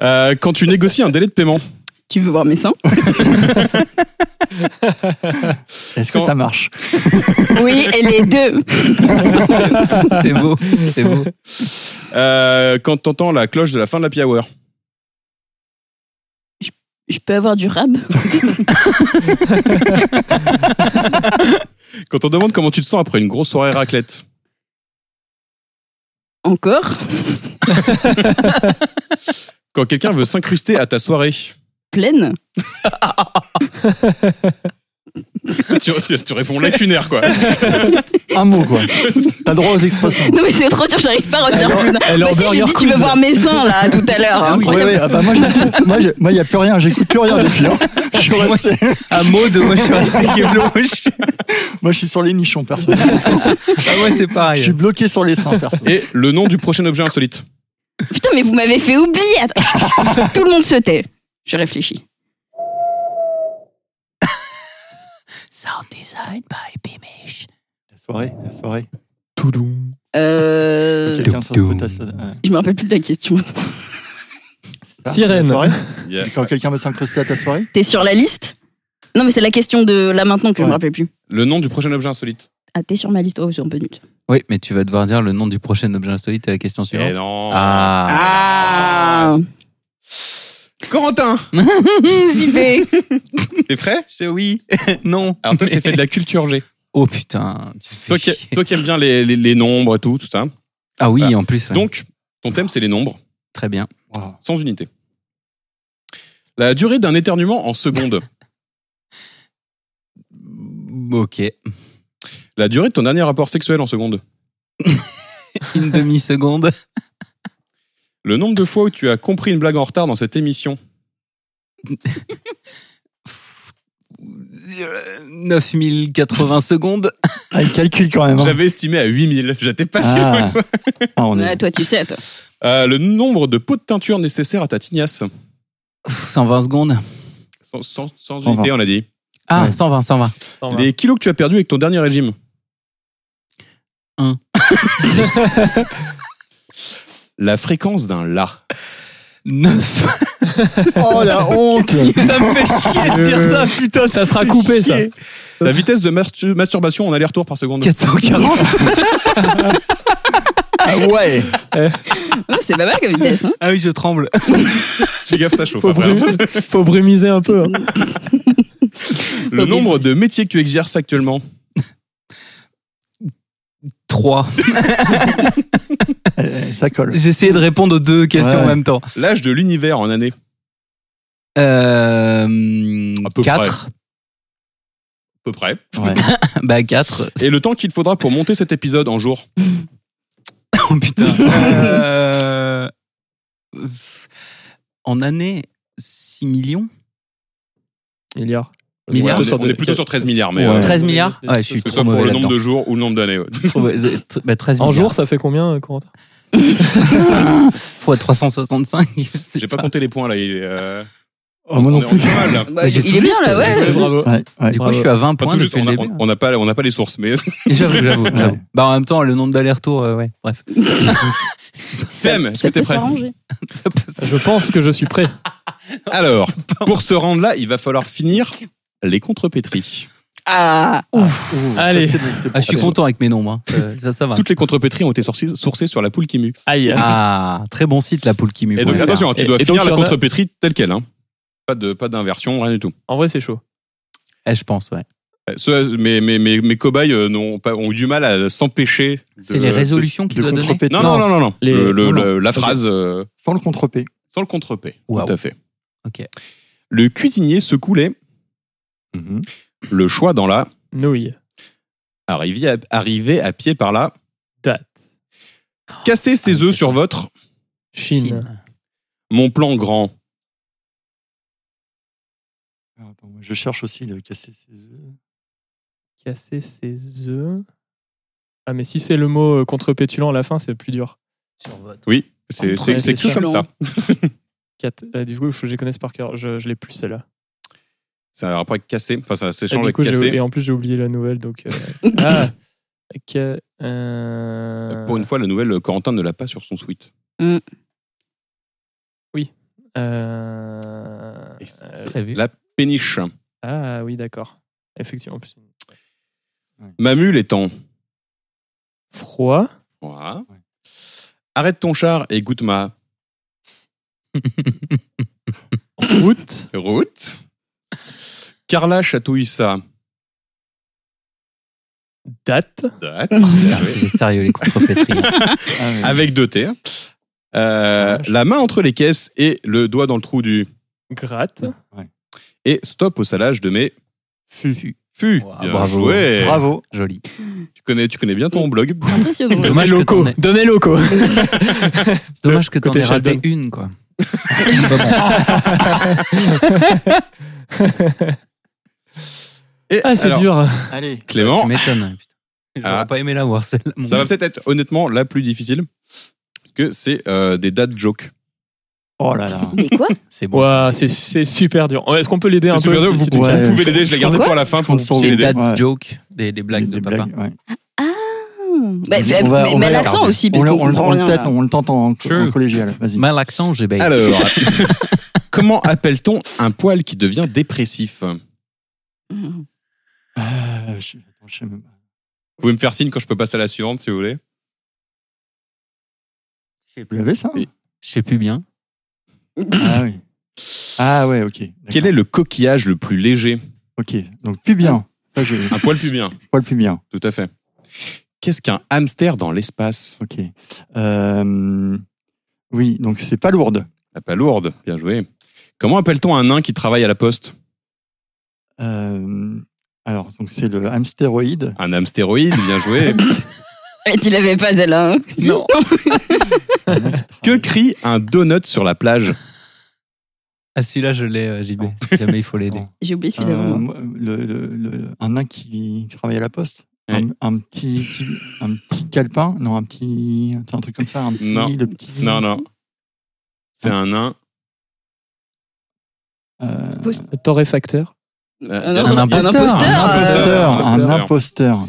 Speaker 2: Euh, quand tu négocies un délai de paiement,
Speaker 9: Tu veux voir mes seins
Speaker 3: Est-ce que
Speaker 2: Quand-
Speaker 3: ça marche
Speaker 9: Oui, et les deux.
Speaker 4: C'est beau, c'est beau.
Speaker 2: euh, quand t'entends la cloche de la fin de la happy hour.
Speaker 9: Je peux avoir du rab
Speaker 2: Quand on demande comment tu te sens après une grosse soirée raclette.
Speaker 9: Encore
Speaker 2: Quand quelqu'un veut s'incruster à ta soirée.
Speaker 9: Pleine
Speaker 2: Tu, tu- tu réponds lacunaire quoi.
Speaker 3: Un mot, quoi. T'as droit aux expressions.
Speaker 9: Non, mais c'est trop dur, j'arrive pas à retenir plus d'un.
Speaker 1: elle est
Speaker 9: Bah
Speaker 1: en
Speaker 9: si, j'ai
Speaker 1: burger
Speaker 9: dit tu veux
Speaker 1: quiz.
Speaker 9: voir mes seins, là, tout à l'heure. hein.
Speaker 3: Oui, ouais, ouais. Ah bah, moi, je me suis- moi, je- moi, il n'y a plus rien. J'écoute plus rien depuis. hein. Je suis resté-
Speaker 4: À Ah, Maude, moi, je suis resté Keblo.
Speaker 3: Moi, je suis sur les nichons, perso.
Speaker 4: Ah ouais, c'est
Speaker 3: Je
Speaker 4: pareil.
Speaker 3: suis bloqué sur les seins, perso.
Speaker 2: Et le nom du prochain objet insolite.
Speaker 9: Putain, mais vous m'avez fait oublier. Attends. tout le monde se tait. Je réfléchis.
Speaker 4: Sound design by Bimish.
Speaker 3: La soirée, la soirée.
Speaker 9: Euh...
Speaker 3: Quelqu'un sort
Speaker 4: Doum,
Speaker 3: de ta- euh,
Speaker 9: Je me rappelle plus de la question.
Speaker 3: ça,
Speaker 1: Sirène.
Speaker 3: la soirée
Speaker 2: Yeah.
Speaker 3: Et Quand quelqu'un veut s'incruster à ta soirée
Speaker 9: T'es sur la liste Non, mais c'est la question de là maintenant que je me
Speaker 3: Ouais.
Speaker 9: rappelle plus.
Speaker 2: Le nom du prochain objet insolite.
Speaker 9: Ah, t'es sur ma liste. Oh, c'est un peu nul.
Speaker 4: Oui, mais tu vas devoir dire le nom du prochain objet insolite à la question suivante.
Speaker 2: Eh non.
Speaker 4: Ah,
Speaker 9: Ah
Speaker 2: Corentin,
Speaker 9: JB
Speaker 2: t'es prêt
Speaker 4: c'est oui. non.
Speaker 2: Alors toi, je t'ai fait de la culture G.
Speaker 4: Oh putain. tu fais
Speaker 2: Toi qui,
Speaker 4: chier.
Speaker 2: toi qui aimes bien les, les, les nombres et tout, tout ça.
Speaker 4: Ah oui,
Speaker 2: Voilà.
Speaker 4: en plus. ouais.
Speaker 2: Donc, ton thème, c'est les nombres,
Speaker 4: très bien.
Speaker 3: Waouh.
Speaker 2: sans unité. La durée d'un éternuement en secondes.
Speaker 4: Ok.
Speaker 2: La durée de ton dernier rapport sexuel en secondes.
Speaker 4: Une demi seconde.
Speaker 2: Le nombre de fois où tu as compris une blague en retard dans cette émission.
Speaker 4: Euh, 9080 secondes.
Speaker 3: Ah, il calcule quand même. hein.
Speaker 2: J'avais estimé à 8000. J'étais pas si loin
Speaker 3: Ah.
Speaker 2: que ça.
Speaker 3: Ah, on est-
Speaker 9: Ouais, Toi, tu sais. toi.
Speaker 2: Euh, le nombre de pots de teinture nécessaires à ta tignasse.
Speaker 4: Pff, 120 secondes.
Speaker 2: Sans, sans- sans
Speaker 3: 120.
Speaker 2: unité, on l'a dit.
Speaker 4: Ah,
Speaker 3: Ouais.
Speaker 4: 120, 120.
Speaker 1: Enfin,
Speaker 2: Les kilos que tu as perdus avec ton dernier régime.
Speaker 4: Un.
Speaker 2: La fréquence d'un la.
Speaker 4: 9.
Speaker 3: Oh la honte
Speaker 4: ça me fait chier de dire ça, putain.
Speaker 1: Ça sera coupé, ça.
Speaker 2: La vitesse de mastur- masturbation en aller-retour par seconde.
Speaker 4: 440.
Speaker 3: Ah ouais
Speaker 9: Ouais, c'est pas mal comme vitesse. Hein
Speaker 4: Ah oui, je tremble.
Speaker 2: Fais gaffe, ça chauffe.
Speaker 1: Faut,
Speaker 2: après, hein.
Speaker 1: brumiser, faut brumiser un peu. hein.
Speaker 2: Le nombre de métiers que tu exerces actuellement.
Speaker 4: 3.
Speaker 3: Eh, Ça colle.
Speaker 4: J'essayais de répondre aux deux questions
Speaker 3: Ouais.
Speaker 4: en même temps.
Speaker 2: L'âge de l'univers en année.
Speaker 4: Euh,
Speaker 2: À peu
Speaker 4: 4.
Speaker 2: À peu près.
Speaker 3: Ouais.
Speaker 4: Bah 4.
Speaker 2: Et le temps qu'il faudra pour monter cet épisode en jour.
Speaker 4: Oh putain. Euh, En année, 6 millions
Speaker 1: Milliard.
Speaker 4: Milliard.
Speaker 2: on,
Speaker 1: Ouais,
Speaker 2: est, on est plutôt sur 13 milliards, mais.
Speaker 3: Ouais.
Speaker 2: euh,
Speaker 4: 13 milliards
Speaker 1: Ouais,
Speaker 4: Ouais, je suis
Speaker 2: que ce
Speaker 4: trop
Speaker 2: soit pour
Speaker 4: mauvais
Speaker 2: le nombre
Speaker 4: là-dedans.
Speaker 2: de jours ou le nombre d'années. ouais.
Speaker 4: Trop- euh, tr- bah, 13
Speaker 1: En
Speaker 4: milliards
Speaker 1: jour, ça fait combien, euh, Corentin
Speaker 4: fois 365. je sais
Speaker 2: J'ai pas compté les points là. il est, euh,
Speaker 3: Oh, moi
Speaker 2: on
Speaker 3: non
Speaker 2: est- on est
Speaker 3: plus.
Speaker 2: pas mal, là.
Speaker 9: Bah,
Speaker 4: Bah, j'ai
Speaker 9: il est
Speaker 4: tout
Speaker 9: bien
Speaker 4: juste,
Speaker 9: là,
Speaker 1: Eh,
Speaker 4: j'ai
Speaker 9: ouais.
Speaker 4: tout
Speaker 1: Bravo.
Speaker 3: Ouais, ouais.
Speaker 4: Du coup, je suis à 20
Speaker 2: Enfin,
Speaker 4: points
Speaker 2: tout juste,
Speaker 4: depuis
Speaker 2: on
Speaker 4: le
Speaker 2: a-
Speaker 4: début.
Speaker 2: on- on n'a pas, on n'a pas les sources, mais.
Speaker 4: J'avoue, j'avoue, j'avoue.
Speaker 3: Ouais.
Speaker 4: Bah, en même temps, le nombre d'allers-retours, euh, ouais. Bref,
Speaker 2: Sam, est-ce que
Speaker 9: Ça
Speaker 2: t'es
Speaker 9: peut
Speaker 2: prêt
Speaker 9: s'arranger.
Speaker 4: ça peut ça.
Speaker 1: Je pense que je suis prêt.
Speaker 2: Alors, pour se rendre là, il va falloir finir les contrepétries.
Speaker 9: Ah
Speaker 1: Allez.
Speaker 4: Ah, je suis content avec mes nombres. hein. Euh, Ça, ça va.
Speaker 2: Toutes les contrepétries ont été sourcées, sourcées sur la poule qui mue.
Speaker 1: Aïe.
Speaker 4: Ah, très bon site, la poule qui mue.
Speaker 2: Et donc,
Speaker 4: Ouais.
Speaker 2: attention, tu
Speaker 1: Et-
Speaker 2: dois
Speaker 1: et donc,
Speaker 2: finir
Speaker 1: il y
Speaker 2: la
Speaker 1: en a-
Speaker 2: contrepétrie telle qu'elle. Hein. Pas de, pas d'inversion, rien du tout.
Speaker 1: En vrai, c'est chaud.
Speaker 4: Eh, je pense, ouais.
Speaker 2: Euh, ceux- mes, mes, mes, mes cobayes euh, n'ont pas, ont eu du mal à s'empêcher. de-
Speaker 4: C'est les résolutions qu'il
Speaker 3: de
Speaker 4: doit donner.
Speaker 3: contrepétrie.
Speaker 2: Non, non, non, non. non.
Speaker 1: Les-
Speaker 2: Le- le-
Speaker 1: non, non.
Speaker 2: le- la
Speaker 1: Ok.
Speaker 2: phrase euh,
Speaker 3: Sans le contrepé.
Speaker 2: sans le contrepé.
Speaker 4: Waouh.
Speaker 2: Tout à fait.
Speaker 4: Ok.
Speaker 2: Le cuisinier se coulait. Mhm. Le choix dans la.
Speaker 1: Nouille.
Speaker 2: Arrivé à, arrivé à pied par là.
Speaker 1: Date.
Speaker 2: Casser
Speaker 4: Ah,
Speaker 2: ses
Speaker 4: oui,
Speaker 2: œufs
Speaker 4: c'est
Speaker 2: sur
Speaker 4: vrai.
Speaker 2: votre.
Speaker 1: Chine.
Speaker 2: Mon plan grand.
Speaker 3: Alors, attends, moi, Je cherche aussi le casser ses œufs.
Speaker 1: Casser ses œufs. Ah, mais si c'est le mot euh, contre-pétulant à la fin, c'est plus dur.
Speaker 2: Oui, c'est
Speaker 1: Contre-
Speaker 2: c'est-
Speaker 1: ouais,
Speaker 2: c'est
Speaker 1: c'est
Speaker 2: que comme
Speaker 1: ça.
Speaker 2: ça.
Speaker 1: Quatre- euh, du coup, il faut que je les connaisse par cœur. Je, je l'ai plus, celle-là.
Speaker 2: Ça a un rapport avec casser. Enfin, ça
Speaker 1: Et,
Speaker 2: s'échange
Speaker 1: du
Speaker 2: avec
Speaker 1: coup, j'ai-
Speaker 2: casser.
Speaker 1: et en plus, j'ai oublié la nouvelle. Donc, euh, ah, que- euh,
Speaker 2: Pour une fois, la nouvelle, Corentin ne l'a pas sur son suite.
Speaker 1: euh,
Speaker 2: Et c'est
Speaker 1: euh,
Speaker 4: Très vu.
Speaker 2: La péniche.
Speaker 1: ah oui, d'accord. Effectivement, en plus.
Speaker 2: Ma mule étant.
Speaker 1: Froid.
Speaker 2: Voilà. Arrête ton char et goûte ma
Speaker 1: Route.
Speaker 2: route. Carla chatouille ça.
Speaker 1: Date.
Speaker 2: Date.
Speaker 4: Putain, J'ai Ah, sérieux les hein. contrepétries.
Speaker 3: Ah, ouais.
Speaker 2: Avec deux T. hein. Euh, la main entre les caisses et le doigt dans le trou du.
Speaker 1: Gratte.
Speaker 2: Et stop au salage de mes
Speaker 1: Fut.
Speaker 2: fûts.
Speaker 4: Wow,
Speaker 2: Bien
Speaker 4: bravo.
Speaker 2: joué.
Speaker 3: Bravo.
Speaker 4: Joli.
Speaker 2: Tu connais, tu connais bien ton blog.
Speaker 9: Impressionnant.
Speaker 1: De mes
Speaker 4: Dommage que
Speaker 1: locaux.
Speaker 4: t'en aies-
Speaker 1: De mes locaux.
Speaker 4: C'est dommage que t'en
Speaker 1: Côté
Speaker 4: aies raté
Speaker 1: Sheldon.
Speaker 4: une, quoi. Pas bon.
Speaker 2: Et
Speaker 1: Ah, c'est
Speaker 2: alors,
Speaker 1: dur.
Speaker 3: Allez.
Speaker 2: Clément,
Speaker 4: Tu m'étonnes. putain. J'aurais
Speaker 2: Oh. Ah.
Speaker 4: pas aimé l'avoir, celle-là. mon
Speaker 2: ça va
Speaker 4: Dieu.
Speaker 2: peut-être être honnêtement la plus difficile. Parce que c'est euh, des dates jokes.
Speaker 3: Oh là là.
Speaker 9: Mais quoi
Speaker 4: C'est bon.
Speaker 1: Ouah, c'est- c'est super dur. Est-ce qu'on peut l'aider un
Speaker 2: C'est
Speaker 1: peu
Speaker 2: super dur,
Speaker 1: si-
Speaker 2: vous,
Speaker 1: si tu-
Speaker 2: vous
Speaker 3: Ouais.
Speaker 2: pouvez l'aider, je l'ai gardé
Speaker 9: Quoi
Speaker 2: pour la fin pour,
Speaker 3: Euh, Faut
Speaker 2: pour
Speaker 3: le
Speaker 4: Des
Speaker 2: l'aider.
Speaker 4: dates
Speaker 3: Ouais.
Speaker 4: jokes, des, des blagues
Speaker 3: Des
Speaker 4: de papa.
Speaker 3: blagues, ouais.
Speaker 9: Bah, fait-
Speaker 3: On va-
Speaker 9: Mais
Speaker 3: on va
Speaker 9: mais
Speaker 3: la
Speaker 9: l'accent
Speaker 4: garder.
Speaker 9: aussi,
Speaker 3: On,
Speaker 9: parce
Speaker 3: le-
Speaker 9: qu'on
Speaker 3: on le-
Speaker 9: comprend
Speaker 3: on le
Speaker 9: rien.
Speaker 3: tête,
Speaker 9: là.
Speaker 3: on le tente en, en
Speaker 4: Sure.
Speaker 3: collégial. Vas-y.
Speaker 4: Mal accent, j'ai baillé.
Speaker 2: Alors, comment appelle-t-on un poil qui devient dépressif
Speaker 3: hein. Ah, Euh, je, attends, je sais même pas.
Speaker 2: Vous pouvez me faire signe quand je peux passer à la suivante, si vous voulez.
Speaker 3: Vous l'avez ça
Speaker 2: Oui.
Speaker 4: Je sais plus bien.
Speaker 3: Ah oui. Ah ouais, ok.
Speaker 2: Quel est le coquillage le plus léger
Speaker 3: Ok, donc pubien. Ça, je...
Speaker 2: Un poil pubien,
Speaker 3: Poil pubien.
Speaker 2: tout à fait. Qu'est-ce qu'un hamster dans l'espace
Speaker 3: Ok. Euh, Oui, donc c'est pas lourde.
Speaker 2: La palourde, bien joué. Comment appelle-t-on un nain qui travaille à la poste
Speaker 3: Euh, Alors, donc c'est le hamstéroïde.
Speaker 2: Un hamstéroïde, bien joué.
Speaker 9: Et tu l'avais pas, celle-là. hein
Speaker 2: Non. que crie un donut sur la plage
Speaker 4: Ah, celui-là, je l'ai, euh, JB. Si jamais il faut l'aider.
Speaker 3: Attends.
Speaker 9: J'ai oublié celui
Speaker 3: Euh,
Speaker 9: d'avant.
Speaker 3: moi, le- le- le- un nain qui travaille à la poste. Un, un petit, petit- un petit calepin, non, un petit, un truc comme ça, un petit,
Speaker 2: Non.
Speaker 3: le petit,
Speaker 2: Non, non. C'est un nain.
Speaker 3: euh,
Speaker 1: Le torréfacteur.
Speaker 2: Euh,
Speaker 9: non,
Speaker 2: un
Speaker 4: Un imposteur.
Speaker 9: imposteur. euh.
Speaker 2: Un
Speaker 3: imposteur,
Speaker 2: imposteur.
Speaker 3: un imposteur.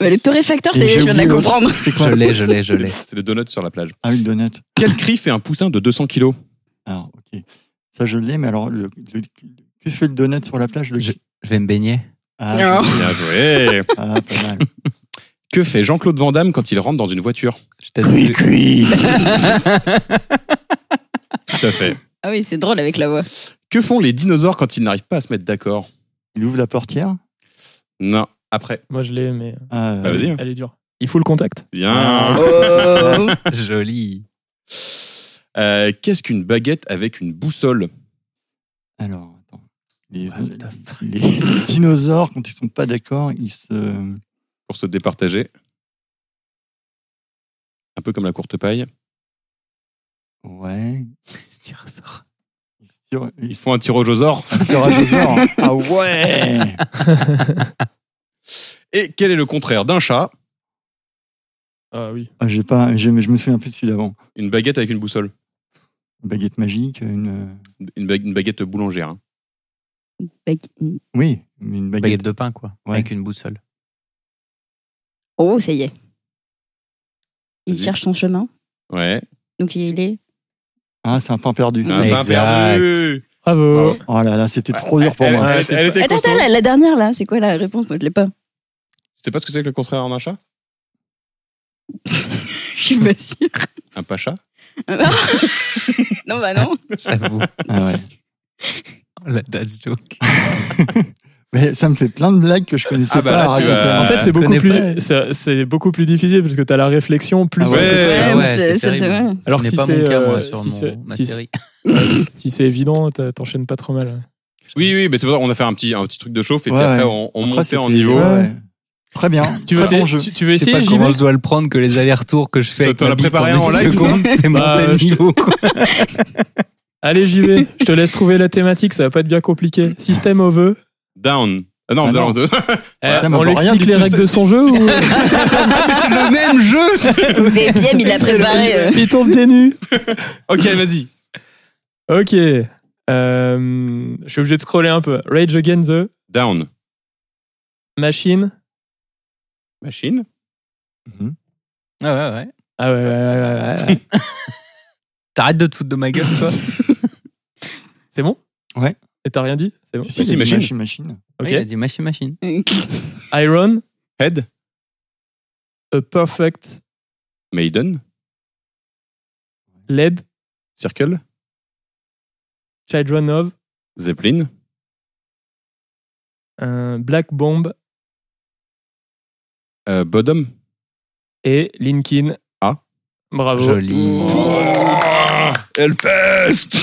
Speaker 9: Bah, le torréfacteur,
Speaker 3: Et
Speaker 9: c'est,
Speaker 3: j'ai
Speaker 9: je viens de la
Speaker 3: oublié l'autre.
Speaker 9: comprendre.
Speaker 3: C'est quoi
Speaker 4: Je l'ai, je l'ai, je l'ai.
Speaker 2: C'est le donut sur la plage.
Speaker 3: Ah, une donnette.
Speaker 2: Quel cri fait un poussin de 200 kilos
Speaker 3: Alors, Ah, ok. Ça, je l'ai, mais alors, le, le- que fait le donut sur la plage le...
Speaker 4: Je vais me baigner.
Speaker 3: Ah,
Speaker 9: Non.
Speaker 3: je-
Speaker 2: Bien joué.
Speaker 3: ah, pas mal.
Speaker 2: que fait Jean-Claude Van Damme quand il rentre dans une voiture
Speaker 4: Je t'ai
Speaker 2: Tout à fait.
Speaker 9: Ah oui, c'est drôle avec la voix.
Speaker 2: Que font les dinosaures quand ils n'arrivent pas à se mettre d'accord
Speaker 3: Il ouvre la portière.
Speaker 2: Non. Après.
Speaker 1: Moi, je l'ai, mais euh,
Speaker 3: Ah,
Speaker 2: Bah, vas-y.
Speaker 1: elle est dure. Il faut le contact.
Speaker 2: Bien.
Speaker 9: Oh.
Speaker 4: Joli.
Speaker 2: Euh, Qu'est-ce qu'une baguette avec une boussole
Speaker 3: Alors, attends. Les,
Speaker 4: What the
Speaker 3: les- les dinosaures, quand ils sont pas d'accord, ils se.
Speaker 2: pour se départager Un peu comme la courte paille.
Speaker 3: Ouais.
Speaker 4: Styrosaure.
Speaker 3: Ils se tirent.
Speaker 2: Ils
Speaker 3: Ils
Speaker 2: font un tirage aux ors.
Speaker 3: se tirent à deux heures. Ah ouais
Speaker 2: Et quel est le contraire d'un chat
Speaker 1: Ah oui.
Speaker 3: Ah, J'ai pas. j'ai- Je me souviens plus de celui d'avant.
Speaker 2: Une baguette avec une boussole.
Speaker 3: Une Baguette magique, une.
Speaker 2: Une, ba- une baguette boulangère. hein.
Speaker 9: Bagu-
Speaker 3: Oui, mais une baguette.
Speaker 4: Baguette de pain, quoi.
Speaker 3: Ouais.
Speaker 4: Avec une boussole.
Speaker 9: Oh, ça y est. Il
Speaker 2: Vas-y.
Speaker 9: cherche son chemin.
Speaker 2: Ouais.
Speaker 9: Donc il est.
Speaker 3: Ah, c'est un pain perdu.
Speaker 2: Un pain
Speaker 4: Exact.
Speaker 2: perdu.
Speaker 1: Bravo.
Speaker 3: Oh là là, c'était trop dur pour
Speaker 2: elle,
Speaker 3: moi.
Speaker 1: Ouais,
Speaker 2: elle-
Speaker 1: c'est
Speaker 2: elle
Speaker 1: pas-
Speaker 2: était
Speaker 9: Attends,
Speaker 2: costaud.
Speaker 9: attends, la, la dernière là, c'est quoi la réponse Moi, je l'ai pas.
Speaker 2: Tu sais pas ce que c'est que le contraire en un chat
Speaker 9: Je suis pas sûre.
Speaker 2: Un pacha
Speaker 9: non, bah non.
Speaker 4: J'avoue.
Speaker 3: Ah ouais.
Speaker 4: La date joke.
Speaker 3: Mais ça me fait plein de blagues que je connaissais
Speaker 2: Ah bah
Speaker 3: pas.
Speaker 2: là,
Speaker 3: à
Speaker 2: tu
Speaker 3: raconter.
Speaker 2: vas-
Speaker 1: En fait, c'est
Speaker 4: je
Speaker 1: beaucoup
Speaker 4: connais
Speaker 1: plus, c'est- c'est beaucoup plus difficile parce que t'as la réflexion plus.
Speaker 3: Ah ouais.
Speaker 1: un côté-
Speaker 2: Ouais,
Speaker 4: Ah ouais,
Speaker 9: mais
Speaker 4: c'est
Speaker 9: c'est-
Speaker 4: terrible.
Speaker 9: c'est- ouais.
Speaker 4: Ce
Speaker 1: Alors
Speaker 4: n'est
Speaker 1: si
Speaker 4: pas
Speaker 1: c'est,
Speaker 4: mon cas, moi,
Speaker 1: euh,
Speaker 4: sur
Speaker 1: si
Speaker 4: mon-
Speaker 1: c'est-
Speaker 4: ma
Speaker 1: si
Speaker 4: série.
Speaker 1: euh, Si c'est évident, t'as- t'enchaînes pas trop mal.
Speaker 2: Oui, oui, mais c'est pour ça qu'on a fait un petit, un petit truc de chauffe et
Speaker 3: Ouais,
Speaker 2: puis après
Speaker 3: ouais.
Speaker 2: on, on
Speaker 3: Après,
Speaker 2: montait
Speaker 3: c'était-
Speaker 2: en niveau.
Speaker 3: ouais, ouais. Très bien.
Speaker 1: Tu veux,
Speaker 3: Très bon
Speaker 1: tu,
Speaker 3: jeu.
Speaker 1: tu- tu veux
Speaker 4: Je sais
Speaker 1: essayer
Speaker 4: pas
Speaker 1: JB
Speaker 4: comment je dois le prendre que les allers-retours que je fais. avec
Speaker 2: T'en
Speaker 4: ma
Speaker 2: as
Speaker 4: bite
Speaker 2: préparé
Speaker 4: en
Speaker 2: en
Speaker 4: une
Speaker 2: live,
Speaker 4: seconde, C'est
Speaker 1: Bah,
Speaker 4: monter le
Speaker 1: euh, je-
Speaker 4: niveau. quoi.
Speaker 1: Allez JB, je te laisse trouver la thématique, ça va pas être bien compliqué. Système au vœu.
Speaker 2: Down. Ah non,
Speaker 3: Ah
Speaker 2: down
Speaker 3: non.
Speaker 1: Euh,
Speaker 2: deux.
Speaker 3: mais
Speaker 1: on
Speaker 3: bon,
Speaker 1: lui
Speaker 3: rien
Speaker 1: explique
Speaker 3: du
Speaker 1: les
Speaker 3: tout, Bah,
Speaker 1: règles de son jeu ou
Speaker 4: C'est le même jeu.
Speaker 9: VPM, il l'a préparé. euh.
Speaker 1: il tombe des nues
Speaker 2: ok, vas-y.
Speaker 1: Ok. Euh, je suis obligé de scroller un peu. Rage Against the
Speaker 2: Down.
Speaker 1: Machine.
Speaker 2: Machine.
Speaker 4: Ah ouais, ouais.
Speaker 1: Ah ouais, ouais, ouais, ouais, ouais.
Speaker 4: T'arrêtes de te foutre de ma gueule, toi.
Speaker 1: C'est bon
Speaker 3: Ouais.
Speaker 1: Et t'as rien dit C'est bon
Speaker 3: Tu
Speaker 2: Si,
Speaker 3: sais, il y
Speaker 2: si,
Speaker 3: a des
Speaker 2: machine.
Speaker 3: machines, machines.
Speaker 1: Ok.
Speaker 4: Ah, Il a dit machine, machine.
Speaker 1: Iron,
Speaker 2: Head.
Speaker 1: A Perfect
Speaker 2: Maiden.
Speaker 1: LED,
Speaker 2: Circle.
Speaker 1: Children of,
Speaker 2: Zeppelin.
Speaker 1: euh, Black Bomb
Speaker 2: Euh, Bodom.
Speaker 1: et Linkin.
Speaker 2: Ah.
Speaker 1: Bravo.
Speaker 4: Joli.
Speaker 2: Hellfest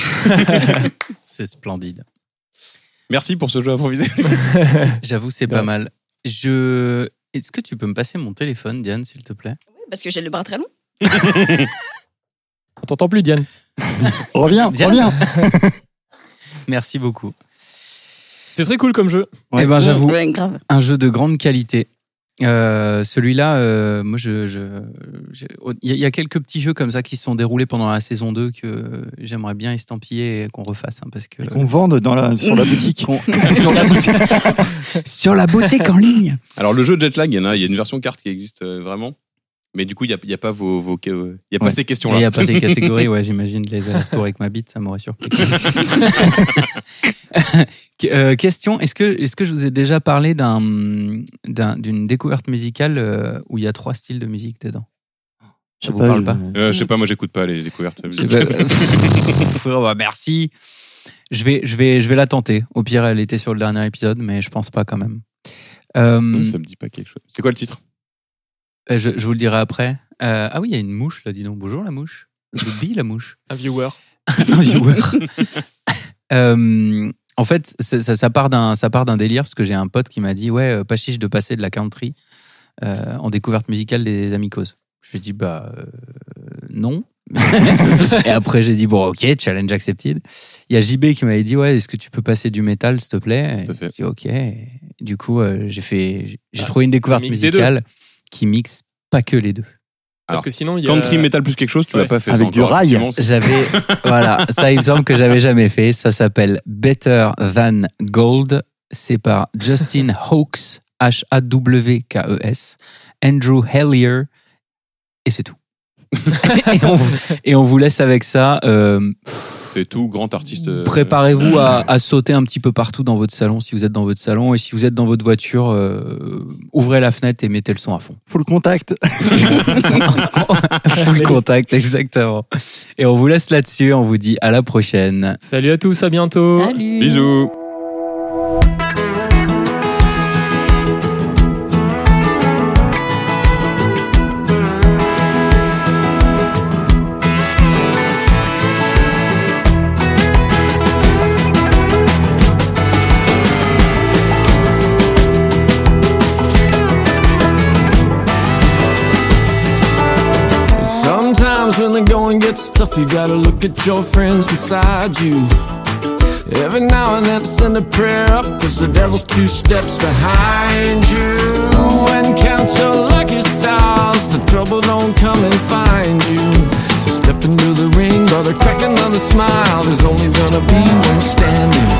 Speaker 4: C'est splendide.
Speaker 2: Merci pour ce jeu improvisé.
Speaker 4: J'avoue, c'est
Speaker 1: Ouais.
Speaker 4: pas mal. Je. Est-ce que tu peux me passer mon téléphone, Diane, s'il te plaît
Speaker 9: Parce que j'ai le bras très long.
Speaker 1: On t'entend plus, Diane.
Speaker 3: Reviens,
Speaker 4: Diane.
Speaker 3: reviens.
Speaker 4: Merci beaucoup.
Speaker 1: C'est très cool comme jeu.
Speaker 3: Ouais.
Speaker 4: Eh ben, j'avoue,
Speaker 9: Ouais, grave.
Speaker 4: un jeu de grande qualité. Euh, Celui-là, euh, moi, je, je- je- il y, a- il y a quelques petits jeux comme ça qui se sont déroulés pendant la saison 2 que j'aimerais bien estampiller et qu'on refasse, hein, parce que
Speaker 3: Et qu'on vende dans la, sur la boutique.
Speaker 4: sur la boutique, sur la boutique en ligne.
Speaker 2: Alors, le jeu Jetlag, il y en a, il y a une version carte qui existe euh, vraiment. Mais du coup, il n'y a, il y a pas vos, vos- que- euh, il y a pas
Speaker 4: Ouais.
Speaker 2: ces
Speaker 4: Et
Speaker 2: questions-là.
Speaker 4: Il n'y a pas ces catégories, ouais, j'imagine les allers-retours avec ma bite, ça m'aurait surpris. Euh, question, est-ce que, est que je vous ai déjà parlé d'un- d'un- d'une découverte musicale euh, où il y a trois styles de musique dedans
Speaker 3: Je
Speaker 4: Ça vous parle pas
Speaker 2: Euh, je sais pas, moi j'écoute pas les découvertes.
Speaker 4: Je vais- Frérot, bah, merci. Je vais, je, vais, je vais la tenter. Au pire, elle était sur le dernier épisode, mais je pense pas quand même. Euh,
Speaker 2: Non, Ça me dit pas quelque chose. C'est quoi le titre
Speaker 4: euh, je, je vous le dirai après. Euh, ah oui, il y a une mouche là, dis donc. Bonjour la mouche. C'est Bee la mouche.
Speaker 1: Un viewer.
Speaker 4: un viewer. Euh, en fait, ça, ça- ça part d'un ça part d'un délire parce que j'ai un pote qui m'a dit ouais, euh, pas chiche de passer de la country euh, en découverte musicale des Amicos. Je lui ai dit bah euh, non. et après j'ai dit bon ok challenge accepted. Il y a JB qui m'avait dit ouais est-ce que tu peux passer du métal s'il te plaît.
Speaker 2: Tout à fait.
Speaker 4: J'ai dit ok. Et du coup euh, j'ai fait j'ai- j'ai trouvé une découverte
Speaker 1: mix des deux.
Speaker 4: musicale qui mixe pas que les deux.
Speaker 1: Parce que sinon, il y a.
Speaker 2: Country metal plus quelque chose, tu
Speaker 1: Ouais.
Speaker 2: l'as pas fait.
Speaker 3: Avec
Speaker 2: ça
Speaker 3: du
Speaker 2: encore,
Speaker 3: rail.
Speaker 2: effectivement, c'est-
Speaker 4: J'avais, voilà, ça il me semble que j'avais jamais fait. Ça s'appelle Better Than Gold. C'est par Justin Hawkes, H-A-W-K-E-S, E Andrew Hellier, et c'est tout. et, on, et on vous laisse avec ça. Euh,
Speaker 2: C'est tout grand artiste. euh,
Speaker 4: Préparez-vous à, à sauter un petit peu partout dans votre salon si vous êtes dans votre salon et si vous êtes dans votre voiture, euh, ouvrez la fenêtre et mettez le son à fond.
Speaker 3: Faut le contact.
Speaker 4: Full contact, exactement. Et on vous laisse là-dessus. On vous dit à la prochaine.
Speaker 1: Salut à tous, à bientôt.
Speaker 9: Salut.
Speaker 2: Bisous.
Speaker 11: Sometimes when the going gets tough, you gotta look at your friends beside you. Every now and then send a prayer up, cause the devil's two steps behind you. And count your lucky stars, the trouble don't come and find you. So step into the ring, brother, crack another smile, there's only gonna be one standing.